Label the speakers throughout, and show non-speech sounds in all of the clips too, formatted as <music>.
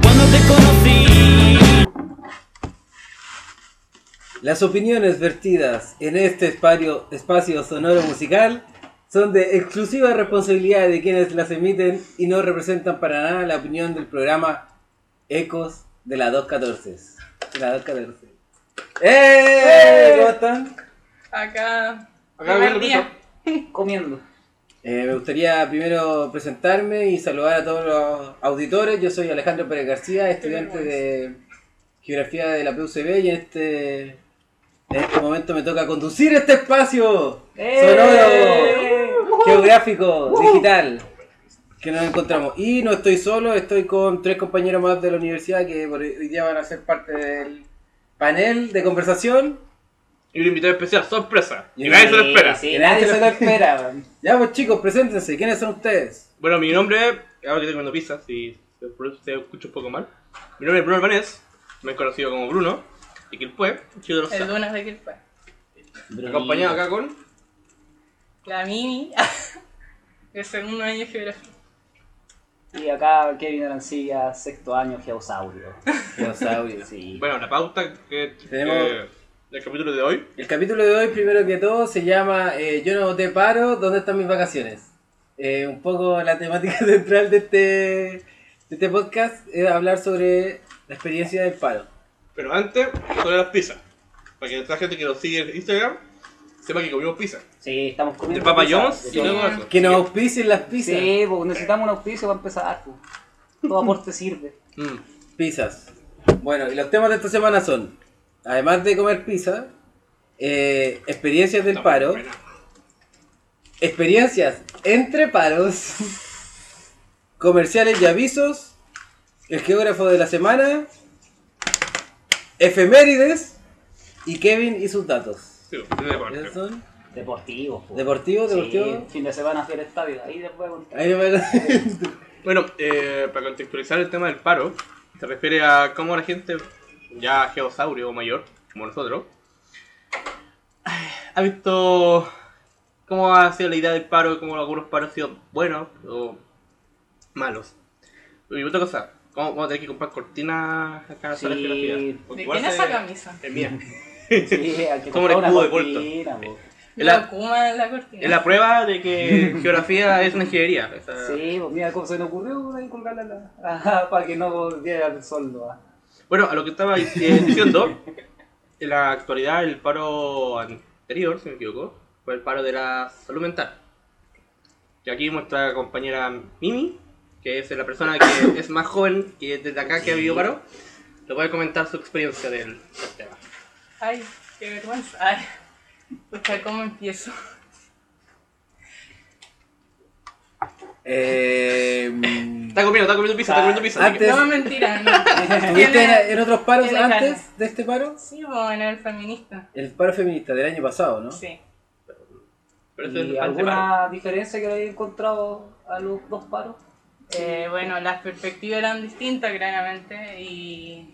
Speaker 1: Cuando te conocí.
Speaker 2: Las opiniones vertidas en este espacio, espacio sonoro musical son de exclusiva responsabilidad de quienes las emiten y no representan para nada la opinión del programa Ecos de la 214. De la 214. ¡Eh!
Speaker 3: ¡Eh!
Speaker 2: ¿Cómo están?
Speaker 3: Acá.
Speaker 4: Acá
Speaker 3: primer
Speaker 4: viendo
Speaker 3: día.
Speaker 4: comiendo.
Speaker 2: Eh, me gustaría primero presentarme y saludar a todos los auditores. Yo soy Alejandro Pérez García, estudiante de Geografía de la PUCB y en este, en este momento me toca conducir este espacio
Speaker 4: ¡Eh!
Speaker 2: sonoro, geográfico, digital que nos encontramos. Y no estoy solo, estoy con tres compañeros más de la universidad que por hoy día van a ser parte del panel de conversación.
Speaker 4: Y un invitado especial, sorpresa.
Speaker 2: Y
Speaker 4: Y nadie se lo
Speaker 2: sí,
Speaker 4: espera.
Speaker 2: sí.
Speaker 5: Que nadie se lo <laughs> espera, weón.
Speaker 2: Ya pues chicos, preséntense, ¿quiénes son ustedes?
Speaker 4: Bueno, mi nombre es. Ahora que estoy comiendo pizza, si si por eso se escucha un poco mal. Mi nombre es Bruno Hermanés, me he conocido como Bruno, y Quilpue, chido de los
Speaker 3: El
Speaker 4: Sá.
Speaker 3: lunes de Quilpue.
Speaker 4: Acompañado acá con.
Speaker 3: La mini. <laughs> de segundo año de geografía.
Speaker 5: Y acá Kevin Arancilla, sexto año, geosaurio.
Speaker 2: Dinosaurios.
Speaker 5: Sí.
Speaker 4: Bueno, la pauta que.
Speaker 2: Tenemos-
Speaker 4: eh, del capítulo de hoy.
Speaker 2: El capítulo de hoy, primero que todo, se llama eh, Yo no te paro, ¿dónde están mis vacaciones? Eh, un poco la temática <laughs> central de este, de este podcast es hablar sobre la experiencia del paro.
Speaker 4: Pero antes, sobre las pizzas. Para que la gente que nos sigue en Instagram sepa que comimos pizza.
Speaker 5: Sí, estamos comiendo.
Speaker 4: De Papa
Speaker 5: pizza,
Speaker 4: John's
Speaker 5: de
Speaker 4: y
Speaker 5: todo.
Speaker 4: todo eso.
Speaker 2: Que nos auspicien las pizzas.
Speaker 5: Sí, pues necesitamos un auspicio para empezar. pues. Todo aporte sirve.
Speaker 4: Mm.
Speaker 2: Pizzas. Bueno, y los temas de esta semana son, además de comer pizza, eh, experiencias del
Speaker 4: Está
Speaker 2: paro,
Speaker 4: buena.
Speaker 2: experiencias entre paros, comerciales y avisos, el geógrafo de la semana, efemérides y Kevin y sus datos.
Speaker 4: Sí, tiene de parte.
Speaker 2: Esos son
Speaker 5: Deportivo. pues.
Speaker 2: deportivos,
Speaker 5: Sí,
Speaker 2: deportivos.
Speaker 5: fin de semana fui al estadio. Ahí les voy a contar.
Speaker 2: Ahí me <laughs>
Speaker 4: Bueno, eh, para contextualizar el tema del paro, se refiere a cómo la gente, ya geosaurio o mayor, como nosotros, ha visto cómo ha sido la idea del paro, cómo algunos paros han sido buenos o malos. Y otra cosa, ¿cómo vamos a tener que comprar cortinas acá
Speaker 5: Sí.
Speaker 4: para la geografía? Porque
Speaker 3: ¿De
Speaker 4: igual
Speaker 3: quién es
Speaker 4: se-
Speaker 3: esa camisa?
Speaker 4: Es mía.
Speaker 5: Sí, hay
Speaker 4: <laughs>
Speaker 5: que
Speaker 4: Como
Speaker 5: comprar
Speaker 4: el
Speaker 5: una
Speaker 4: escudo de
Speaker 5: cortina, pues.
Speaker 4: Es
Speaker 3: La
Speaker 4: la,
Speaker 3: Kuma en la cortina.
Speaker 4: es la prueba de
Speaker 5: <laughs>
Speaker 4: que geografía es una ingeniería. esa-
Speaker 5: Sí, pues mira cómo se nos ocurrió ahí colgarla la- <laughs> Ajá, para que no diera el soldo. ah.
Speaker 4: Bueno, a lo que estaba
Speaker 5: <laughs>
Speaker 4: eh, diciendo, en la actualidad el paro anterior, si no me equivoco, fue el paro de la salud mental. Que aquí nuestra compañera Mimi, que es la
Speaker 5: <coughs>
Speaker 4: persona que es más joven que desde acá que ha vivido paro, le voy a comentar su experiencia del, del tema.
Speaker 3: Ay, qué vergüenza. Ay. Pucha, ¿cómo empiezo?
Speaker 2: Em,
Speaker 4: Está comiendo, está comiendo pizza, está comiendo pizza. así que-
Speaker 2: Antes-
Speaker 3: No me mentiras, no.
Speaker 4: <laughs> Este
Speaker 2: ¿Estuviste en, en otros paros
Speaker 3: eh. tiene ganas.
Speaker 2: antes de este paro?
Speaker 3: Sí, bueno, en el feminista.
Speaker 2: El paro feminista del año pasado, ¿no?
Speaker 3: Sí.
Speaker 4: pero esto es
Speaker 5: ¿Y
Speaker 4: bastante paro.
Speaker 5: alguna diferencia que le hayas encontrado a los dos paros?
Speaker 3: Eh, bueno, las perspectivas eran distintas claramente y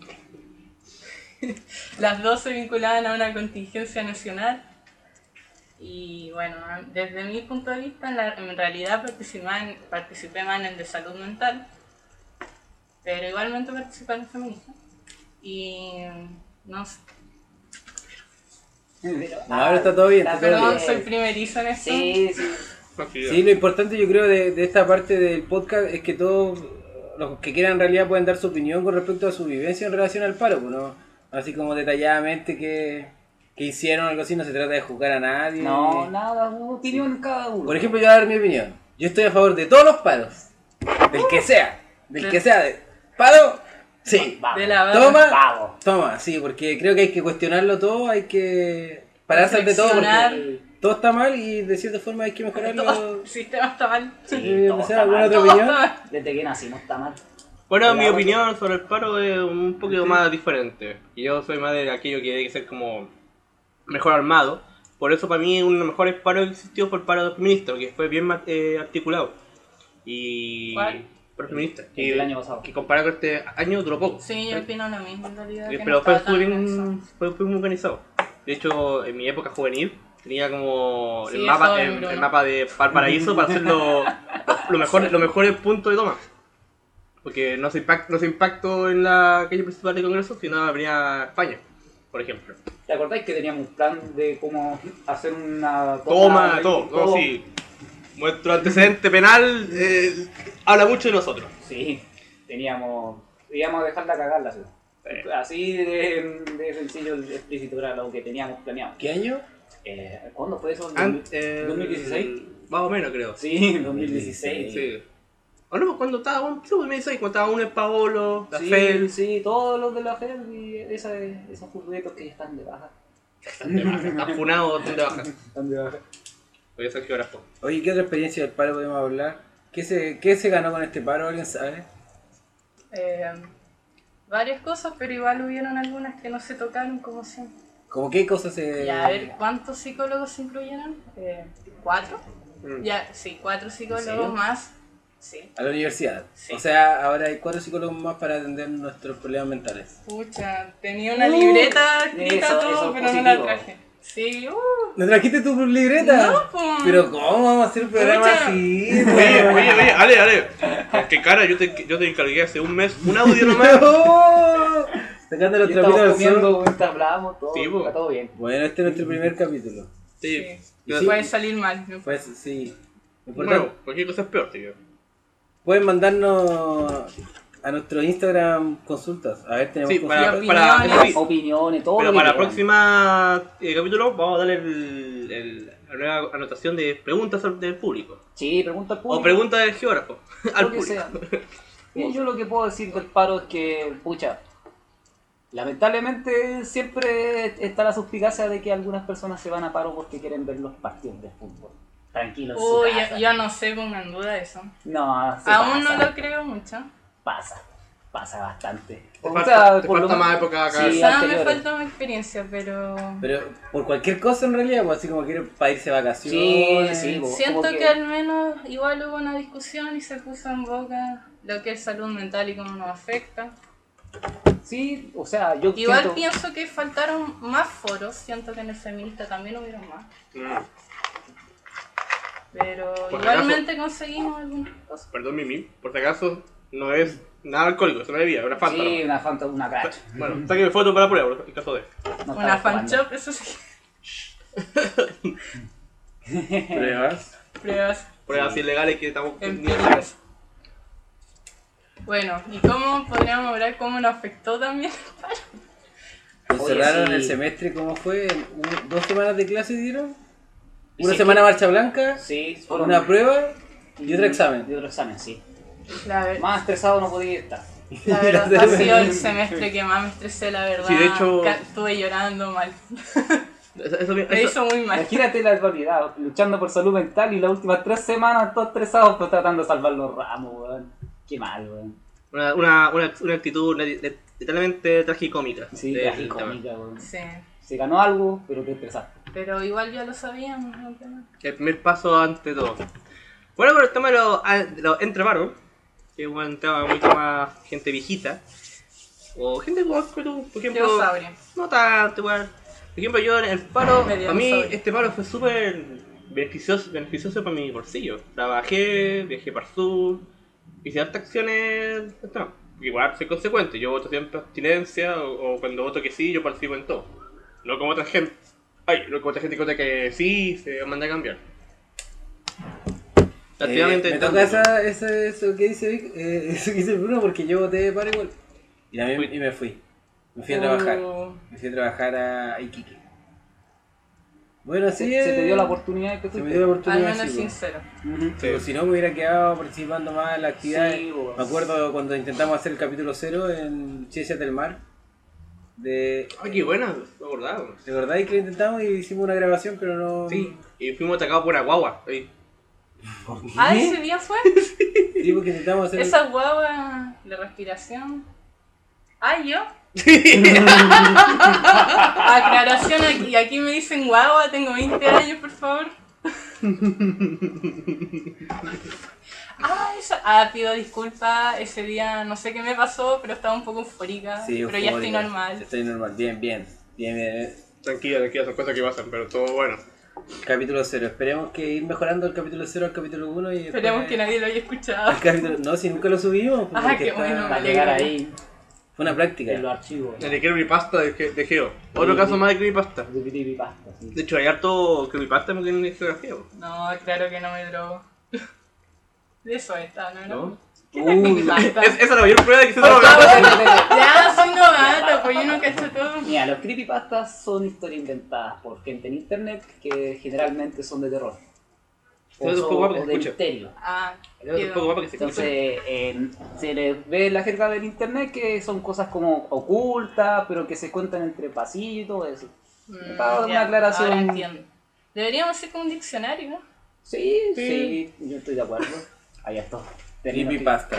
Speaker 3: <laughs> las dos se vinculaban a una contingencia nacional y bueno, desde mi punto de vista en, la- en realidad participaban- participé más en el de salud mental, pero igualmente participé en el feminista y no sé,
Speaker 2: No, ahora está todo bien, está todo
Speaker 3: perdón,
Speaker 2: bien.
Speaker 3: soy primeriza en esto.
Speaker 5: Ah, Sí, sí.
Speaker 2: Sí, lo importante yo creo de, de esta parte del podcast es que todos los que quieran en realidad pueden dar su opinión con respecto a su vivencia en relación al paro, pues, ¿no? Así como detalladamente que, hicieron algo así, no se trata de juzgar a nadie.
Speaker 5: No, nada, una opinión cada uno.
Speaker 2: Por ejemplo, yo voy a dar mi opinión. Yo estoy a favor de todos los paros. Del que sea. Del que sea. de- ¿Paro? Sí.
Speaker 5: Vamos,
Speaker 3: de la
Speaker 2: Toma.
Speaker 5: vamos.
Speaker 2: Toma, sí, porque creo que hay que cuestionarlo todo, hay que pararse ante todo. Porque
Speaker 3: Reflexionar.
Speaker 2: todo está mal y de cierta forma hay que mejorarlo.
Speaker 3: Todo el sistema está mal.
Speaker 5: Sí, todo
Speaker 2: no sé,
Speaker 5: está
Speaker 2: ¿alguna
Speaker 5: mal.
Speaker 2: otra
Speaker 3: Todo
Speaker 2: opinión?
Speaker 3: está mal.
Speaker 5: Desde que nacimos está mal.
Speaker 4: Bueno,
Speaker 5: Hola,
Speaker 4: mi
Speaker 5: hola.
Speaker 4: opinión sobre el paro es un poquito más diferente. Yo soy más de aquello que debe ser como mejor armado. Por eso para mí uno de los mejores paros que existió fue el paro feminista, que fue bien ma- eh, articulado. Y...
Speaker 3: ¿Cuál?
Speaker 4: Paro feminista.
Speaker 5: El del año pasado.
Speaker 4: Que comparado con este año duró poco.
Speaker 3: Sí, yo opino lo mismo en realidad.
Speaker 4: Eh,
Speaker 3: que no
Speaker 4: Pero fue,
Speaker 3: estaba tan
Speaker 4: fue
Speaker 3: organizado.
Speaker 4: bien, fue, fue muy organizado. De hecho, en mi época juvenil tenía como
Speaker 3: Sí,
Speaker 4: el, mapa,
Speaker 3: joven,
Speaker 4: el,
Speaker 3: Bruno.
Speaker 4: <laughs> el mapa de Valparaíso para hacer lo, lo mejor, los mejores puntos de toma. Porque no se, impact- no se impactó en la calle principal del Congreso, sino en la avenida España, por ejemplo.
Speaker 5: ¿Te acordáis que teníamos un plan de cómo hacer una
Speaker 4: Toma,
Speaker 5: una-
Speaker 4: todo, todo, sí. Nuestro antecedente penal eh, habla mucho de nosotros.
Speaker 5: Sí, teníamos. Íbamos a dejarla cagar la ciudad.
Speaker 4: Sí.
Speaker 5: Así de, de sencillo y explícito era lo que teníamos planeado.
Speaker 2: ¿Qué año?
Speaker 5: Eh, ¿Cuándo fue eso?
Speaker 4: An- eh,
Speaker 5: 2016?
Speaker 4: Más o menos, creo.
Speaker 5: Sí, 2016.
Speaker 4: Sí. O no, cuando estaba un. Sí, 2016, cuando estaba un es Paolo, la
Speaker 5: Sí,
Speaker 4: <laughs> Fel.
Speaker 5: sí, todos los de la FEL y esa- esos juguetes que ya están de baja.
Speaker 4: Están de baja, están funados, están de baja.
Speaker 5: Están de baja.
Speaker 4: Voy a ser geógrafo.
Speaker 2: Oye, ¿qué otra experiencia del paro podemos hablar? ¿Qué se, qué se ganó con este paro? ¿Alguien sabe?
Speaker 3: Eh, varias cosas, pero igual hubieron algunas que no se tocaron como siempre.
Speaker 2: ¿Cómo qué cosas se...?
Speaker 3: Ya, a ver, ¿cuántos psicólogos se incluyeron? Eh, ¿Cuatro?
Speaker 4: Mm.
Speaker 3: Ya, sí, cuatro
Speaker 2: serio?
Speaker 3: psicólogos más. Sí.
Speaker 2: A la universidad.
Speaker 3: Sí.
Speaker 2: O sea, ahora hay cuatro psicólogos más para atender nuestros problemas mentales.
Speaker 3: Pucha, tenía una libreta escrita
Speaker 5: eso-
Speaker 3: todo,
Speaker 5: eso es
Speaker 3: pero no la
Speaker 5: positivo.
Speaker 3: traje. Sí, uh,
Speaker 2: ¿No trajiste tu libreta?
Speaker 3: No, pues, po.
Speaker 2: Pero ¿cómo vamos a hacer un programa
Speaker 3: Escucha.
Speaker 2: así?
Speaker 4: <laughs> Oye, oye, oye, ale, ale. Qué cara, yo te, yo te encargué hace un mes un audio nomás.
Speaker 2: ¡No! <laughs> Sacando los
Speaker 5: Y estamos
Speaker 2: trapitos al sol.
Speaker 5: comiendo, mientras hablábamos, todo,
Speaker 4: Sí, po.
Speaker 5: está todo bien.
Speaker 2: Bueno, este es nuestro primer capítulo.
Speaker 4: <laughs> Sí.
Speaker 2: Sí.
Speaker 3: puede salir mal. ¿no?
Speaker 2: Pues sí. Lo importante-
Speaker 4: Bueno, cualquier cosa es peor, tío.
Speaker 2: Pueden mandarnos a nuestro Instagram consultas. A ver, tenemos
Speaker 4: Sí,
Speaker 2: consultas.
Speaker 4: para, para,
Speaker 3: Opiniones.
Speaker 4: sí,
Speaker 5: Opiniones, todo.
Speaker 4: pero
Speaker 5: lo que
Speaker 4: para la
Speaker 5: quieran.
Speaker 4: próxima eh, capítulo vamos a darle el, el- la nueva anotación de preguntas al- del público.
Speaker 5: Sí, pregunta al público.
Speaker 4: O preguntas del geógrafo. <laughs> Al
Speaker 5: lo que
Speaker 4: público.
Speaker 5: sea. <laughs> Bien, yo lo que puedo decir del paro es que, pucha, lamentablemente siempre está la suspicacia de que algunas personas se van a paro porque quieren ver los partidos de fútbol. Tranquilos.
Speaker 3: Uy, yo, yo no sé, pongan duda eso.
Speaker 5: No, se
Speaker 3: Aún
Speaker 5: pasa,
Speaker 3: no lo creo mucho.
Speaker 5: pasa, pasa bastante.
Speaker 4: Te
Speaker 5: O
Speaker 4: falta,
Speaker 5: sea,
Speaker 4: te
Speaker 5: por lo
Speaker 4: falta
Speaker 5: menos-
Speaker 4: más época acá.
Speaker 5: Sí,
Speaker 3: Quizá Ah, me
Speaker 5: anteriores.
Speaker 3: falta más experiencia, pero...
Speaker 2: Pero por cualquier cosa en realidad, pues así como quiero para irse de vacaciones.
Speaker 5: Sí, sí, bo-
Speaker 3: Siento
Speaker 5: como
Speaker 3: que...
Speaker 5: que-
Speaker 3: al menos igual hubo una discusión y se puso en boca lo que es salud mental y cómo nos afecta.
Speaker 5: Sí, o sea, yo
Speaker 3: Igual
Speaker 5: siento-
Speaker 3: pienso que faltaron más foros, siento que en el feminista también hubieron más.
Speaker 4: Mm,
Speaker 3: Pero
Speaker 4: Por si
Speaker 3: igualmente conseguimos algunas cosas.
Speaker 4: Perdón, Mimi, por si acaso no es nada alcohólico, es una bebida, es una fanta.
Speaker 5: Sí,
Speaker 4: nomás.
Speaker 5: una fanta, una cracha.
Speaker 4: Bueno, sáquenme foto para la prueba, por el caso de.
Speaker 5: No
Speaker 3: Una
Speaker 5: estaba
Speaker 3: fan
Speaker 5: tomando.
Speaker 3: shop, eso sí. <laughs>
Speaker 2: Pruebas.
Speaker 3: Pruebas
Speaker 4: Pruebas ilegales que estamos.
Speaker 3: empíricas. Bueno, ¿y cómo podríamos hablar cómo nos afectó también? <laughs>
Speaker 2: Nos
Speaker 5: Oye,
Speaker 2: cerraron
Speaker 5: sí.
Speaker 2: el semestre, ¿cómo fue? Un- ¿Dos semanas de clase dieron?
Speaker 5: Y
Speaker 2: Una
Speaker 5: sí,
Speaker 2: semana marcha blanca,
Speaker 5: Sí, fueron- Mm,
Speaker 2: una prueba y otro examen.
Speaker 5: Y otro examen, sí.
Speaker 3: La,
Speaker 5: <laughs>
Speaker 3: ver-
Speaker 5: Más estresado no podía estar.
Speaker 3: la verdad, ha sido el semestre que más me estresé, la verdad.
Speaker 4: Sí, de hecho-
Speaker 3: Ca- Estuve llorando mal. <laughs>
Speaker 4: Eso, eso-
Speaker 3: Me
Speaker 4: eso-
Speaker 3: hizo muy mal.
Speaker 5: Imagínate la barbaridad, luchando por salud mental y las últimas tres semanas todos estresados pero tratando de salvar los ramos, weón. Qué mal, weón.
Speaker 4: Una, una, una, una actitud una- de- totalmente tragicómica.
Speaker 5: Sí,
Speaker 4: del tema.
Speaker 5: tragicómica, weón.
Speaker 3: Sí,
Speaker 5: Se ganó algo, pero te estresaste.
Speaker 3: pero igual ya lo sabíamos. ¿no?
Speaker 4: El primer paso ante todo. Bueno, con el tema de los lo entrevaros, que es un tema mucho más gente viejita, o gente como tú, por ejemplo.
Speaker 3: Dinosaurio.
Speaker 4: No tanto, igual. Por ejemplo, yo en el paro,
Speaker 3: Medio
Speaker 4: a mí
Speaker 3: dinosaurio.
Speaker 4: este paro fue súper beneficioso, beneficioso para mi bolsillo. Trabajé, viajé para el sur, hice hartas acciones. no, igual soy consecuente, yo voto siempre abstinencia o, o cuando voto que sí, yo participo en todo. No como otra gente. Ay, no como otra gente que vota que sí, se manda a cambiar. Activamente
Speaker 2: Eh, me
Speaker 4: tanto.
Speaker 2: toca esa, esa- eso que dice Vic, eh, <laughs> eso que dice el Bruno porque yo voté para igual. Y, también-
Speaker 4: Fui.
Speaker 2: y me fui. Me fui a trabajar.
Speaker 5: Oh.
Speaker 3: Uh,
Speaker 2: Me fui a trabajar a Iquique. Bueno, así
Speaker 5: Se, se
Speaker 2: es.
Speaker 5: te dio la oportunidad que
Speaker 2: Se
Speaker 5: fuiste.
Speaker 2: me dio la
Speaker 3: al
Speaker 2: oportunidad.
Speaker 3: menos
Speaker 2: sí, pues.
Speaker 3: sincero.
Speaker 5: Ujú.
Speaker 4: Sí.
Speaker 2: Pero si no me hubiera quedado participando más en la actividad.
Speaker 5: Sí, vos.
Speaker 2: me acuerdo cuando intentamos hacer el capítulo cero en Ciencias del Mar. De,
Speaker 4: Ay, qué buena, me acordaba.
Speaker 2: ¿Recordáis que lo intentamos y hicimos una grabación pero no...
Speaker 4: Sí, y fuimos atacados por una guagua. Ay,
Speaker 3: Ah, ese día fue.
Speaker 2: <laughs> Sí, porque intentamos hacer...
Speaker 3: Esa guagua de respiración. Ah,
Speaker 2: <laughs>
Speaker 3: yo. Aclaración aquí, aquí me dicen guagua, tengo 20 años,
Speaker 2: <laughs>
Speaker 3: por favor. Ah, esa- ah, pido disculpas, ese día no sé qué me pasó, pero estaba un poco eufórica,
Speaker 2: Sí,
Speaker 3: pero ya estoy
Speaker 2: eufórica.
Speaker 3: normal.
Speaker 2: Estoy normal, bien, bien. Bien, bien.
Speaker 4: tranquila, tranquila, son cosas que pasan, pero todo bueno.
Speaker 2: Capítulo 0. Esperemos que ir mejorando el capítulo 0 al capítulo 1 y después
Speaker 3: Esperemos que nadie lo haya escuchado.
Speaker 2: el capítulo... No, si nunca lo subimos. pues,
Speaker 3: Ah,
Speaker 2: porque
Speaker 3: qué bueno,
Speaker 5: Para
Speaker 3: vale.
Speaker 5: llegar ahí
Speaker 2: Fue una
Speaker 5: en los
Speaker 2: práctica.
Speaker 5: archivos.
Speaker 4: El de Creepypasta de, Ge- de Geo. Otro caso más de Creepypasta.
Speaker 5: Pasta,
Speaker 4: De hecho, hay harto Creepypasta en en geografía. po.
Speaker 3: No, claro que no me drogo. <laughs> De eso está, ¿no? era?
Speaker 4: ¿No?
Speaker 3: ¿Qué
Speaker 2: Uy,
Speaker 3: es la creepypasta?
Speaker 4: Es- esa es la mayor prueba de que se droga.
Speaker 3: <laughs> Ya, soy novata, pues yo no cacho todo.
Speaker 5: Mira, los creepypastas son historias inventadas por gente en internet que generalmente son de terror. O,
Speaker 4: Entonces,
Speaker 5: son-
Speaker 4: poco guapo que
Speaker 5: o
Speaker 4: se
Speaker 5: de
Speaker 4: escucha.
Speaker 5: misterio.
Speaker 3: Ah,
Speaker 4: Es un poco más para que se
Speaker 5: Entonces,
Speaker 4: escuche.
Speaker 5: eh, se les ve la jerga del internet que son cosas como ocultas, pero que se cuentan entre pasillos y todo eso.
Speaker 3: mm,
Speaker 5: Para dar una
Speaker 3: ya,
Speaker 5: aclaración.
Speaker 3: Ahora entiendo. Deberíamos ser como un diccionario, ¿no?
Speaker 5: Sí, sí, yo estoy de acuerdo. Ahí está.
Speaker 2: Creepypasta.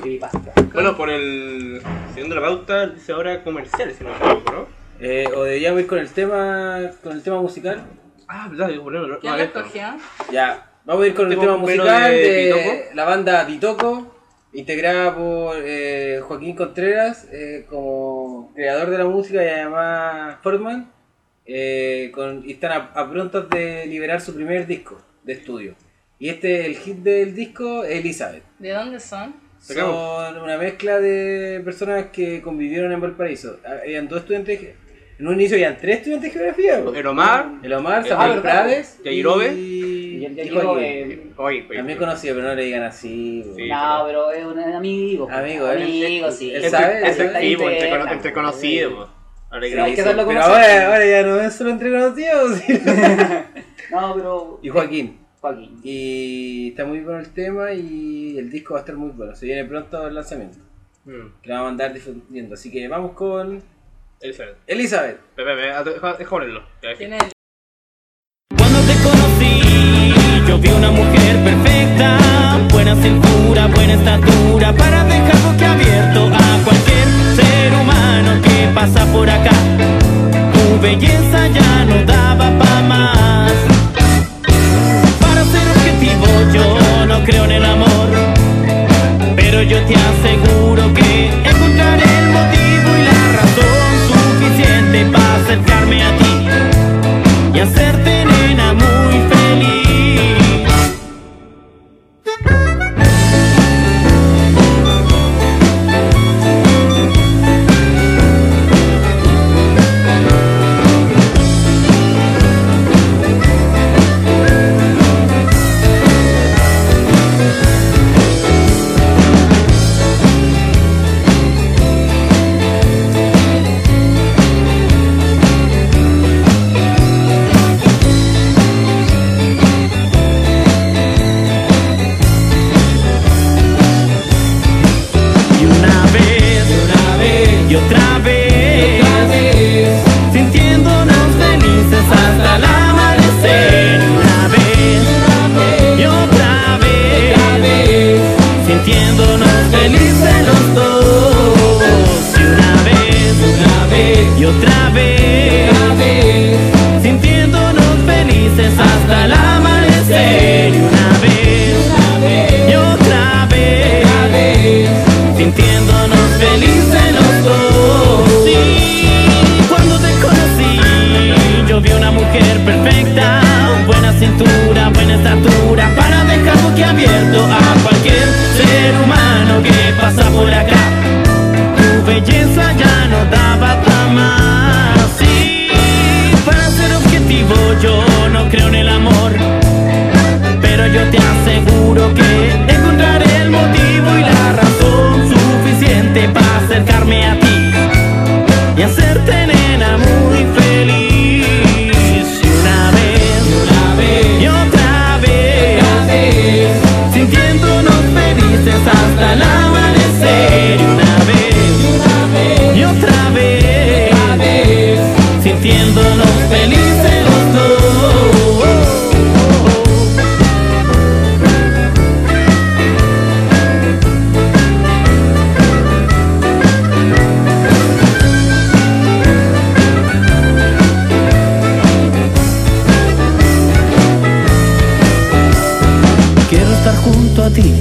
Speaker 5: Creepypasta.
Speaker 4: Bueno, por el. Siguiendo la pauta, dice ahora comerciales, si no me equivoco, ¿no?
Speaker 2: Eh, o deberíamos ir con el tema con el tema musical.
Speaker 4: Ah, verdad, digo, bueno, no,
Speaker 3: ¿Qué
Speaker 4: no,
Speaker 3: anda
Speaker 4: esto.
Speaker 3: escogida?
Speaker 2: Ya, vamos a ir con el
Speaker 4: Tengo
Speaker 2: tema
Speaker 4: un pelo
Speaker 2: musical de,
Speaker 4: de Pitoco.
Speaker 2: la banda Pitoco, integrada por eh, Joaquín Contreras eh, como creador de la música y además Fortman, eh, con, y están a, a prontas de liberar su primer disco de estudio. Y este el hit del disco, Elizabeth.
Speaker 3: ¿De dónde son?
Speaker 2: Son una mezcla de personas que convivieron en Valparaíso. Habían dos estudiantes, de ge- en un inicio habían tres estudiantes de geografía. po.
Speaker 4: El Omar.
Speaker 2: El Omar,
Speaker 4: El-
Speaker 2: Samuel
Speaker 5: Ah, ¿verdad?
Speaker 2: Prades
Speaker 4: Yairobe.
Speaker 2: y,
Speaker 5: Y el
Speaker 2: y
Speaker 5: gallego,
Speaker 2: Joaquín.
Speaker 5: eh,
Speaker 4: Oye, oye,
Speaker 2: También
Speaker 4: oye.
Speaker 2: conocido, pero no le digan así. güey.
Speaker 4: Sí.
Speaker 5: no, pero es un amigo.
Speaker 2: Amigo, él-
Speaker 5: amigo, sí.
Speaker 2: él
Speaker 4: Entre-
Speaker 2: sabe, él
Speaker 4: Entre
Speaker 2: sabe.
Speaker 4: activos, entre, cono-
Speaker 5: Interna,
Speaker 4: entre conocidos. po. Ahora que
Speaker 5: Sí,
Speaker 4: lo
Speaker 5: hay que
Speaker 4: dice.
Speaker 5: darlo
Speaker 2: Pero
Speaker 5: como
Speaker 2: ahora,
Speaker 5: siempre.
Speaker 2: ahora ya no es solo entre conocidos. <laughs>
Speaker 5: No, pero.
Speaker 2: y Joaquín.
Speaker 5: Joaquín.
Speaker 2: Y está muy bueno el tema y el disco va a estar muy bueno. Se viene pronto el lanzamiento.
Speaker 4: Mm,
Speaker 2: Que lo vamos a andar difundiendo. Así que vamos con
Speaker 4: Elizabeth.
Speaker 2: Elizabeth.
Speaker 4: Ve, ve, ve, deja- Dejónenlo. Ya,
Speaker 3: ¿Quién es?
Speaker 1: Cuando te conocí, yo vi una mujer perfecta, buena cintura, buena estatura, para dejar que abierto a cualquier ser humano que pasa por acá. Tu belleza ya no daba pa' más. Para ser objetivo, yo no creo en el amor, pero yo te aseguro que encontraré el motivo y la razón suficiente para acercarme a ti y hacerte nena muy feliz. Y una vez, una vez, y otra vez, sintiéndonos felices hasta el amanecer. Una vez, y otra vez, sintiéndonos felices los dos. Y una vez, una vez, y otra vez, sintiéndonos felices hasta el amanecer. Y una vez, y otra vez sintiéndonos felices los dos. Sí, cuando te conocí, yo vi una mujer perfecta, buena cintura, buena estatura, para dejar abierto a cualquier ser humano que pasa por acá. Tu belleza ya no daba para más. Sí, para ser objetivo, yo no creo en el amor. Pero yo te aseguro que encontraré el motivo y la razón suficiente para acercarme a ti y hacerte nena muy feliz. Y una vez, y otra vez, sintiéndonos felices hasta el amanecer. Y una vez, y otra vez, sintiéndonos felices los dos. Quiero estar junto a ti,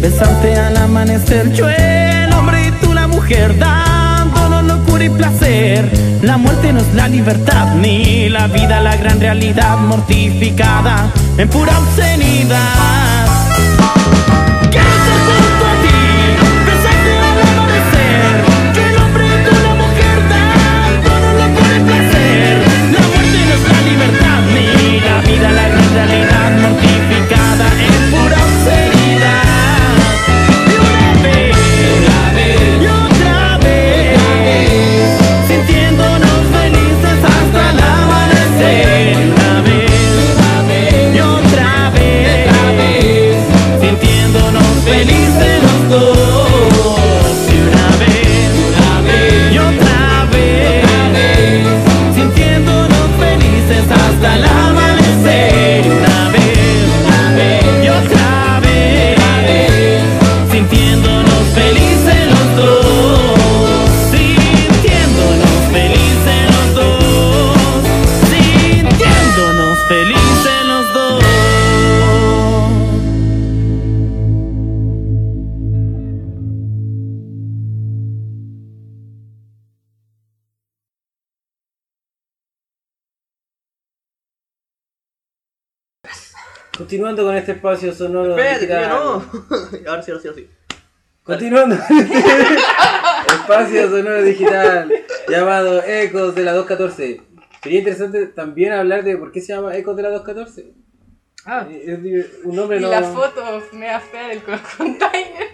Speaker 1: besarte al amanecer. Yo el hombre y tú la mujer, dándonos locura y placer. La muerte no es la libertad, ni la vida la gran realidad mortificada en pura obscenidad. Quiero estar junto a ti, besarte al amanecer, que el hombre y la mujer dándonos la pura placer. La muerte no es la libertad, ni la vida la gran realidad mortificada en pura obscenidad. Y una vez, y otra vez, sintiéndonos felices hasta el amanecer. Y una vez, y otra vez, sintiéndonos felices los dos. Y una vez, y otra vez, sintiéndonos felices hasta el amanecer. Y una vez, y otra vez sintiéndonos felices los dos, sintiéndonos felices los dos, sintiéndonos felices los dos.
Speaker 2: Continuando con este espacio sonoro.
Speaker 4: Espérate,
Speaker 2: musical.
Speaker 4: no. <laughs> Ahora sí, ahora sí, ahora sí.
Speaker 2: Continuando con este <laughs> espacio sonoro digital llamado Ecos de la 214. Sería interesante también hablar de por qué se llama Ecos de la 214.
Speaker 4: Ah,
Speaker 2: Es de- un nombre
Speaker 3: Y
Speaker 2: no.
Speaker 3: la foto mea fea del co- <laughs> container.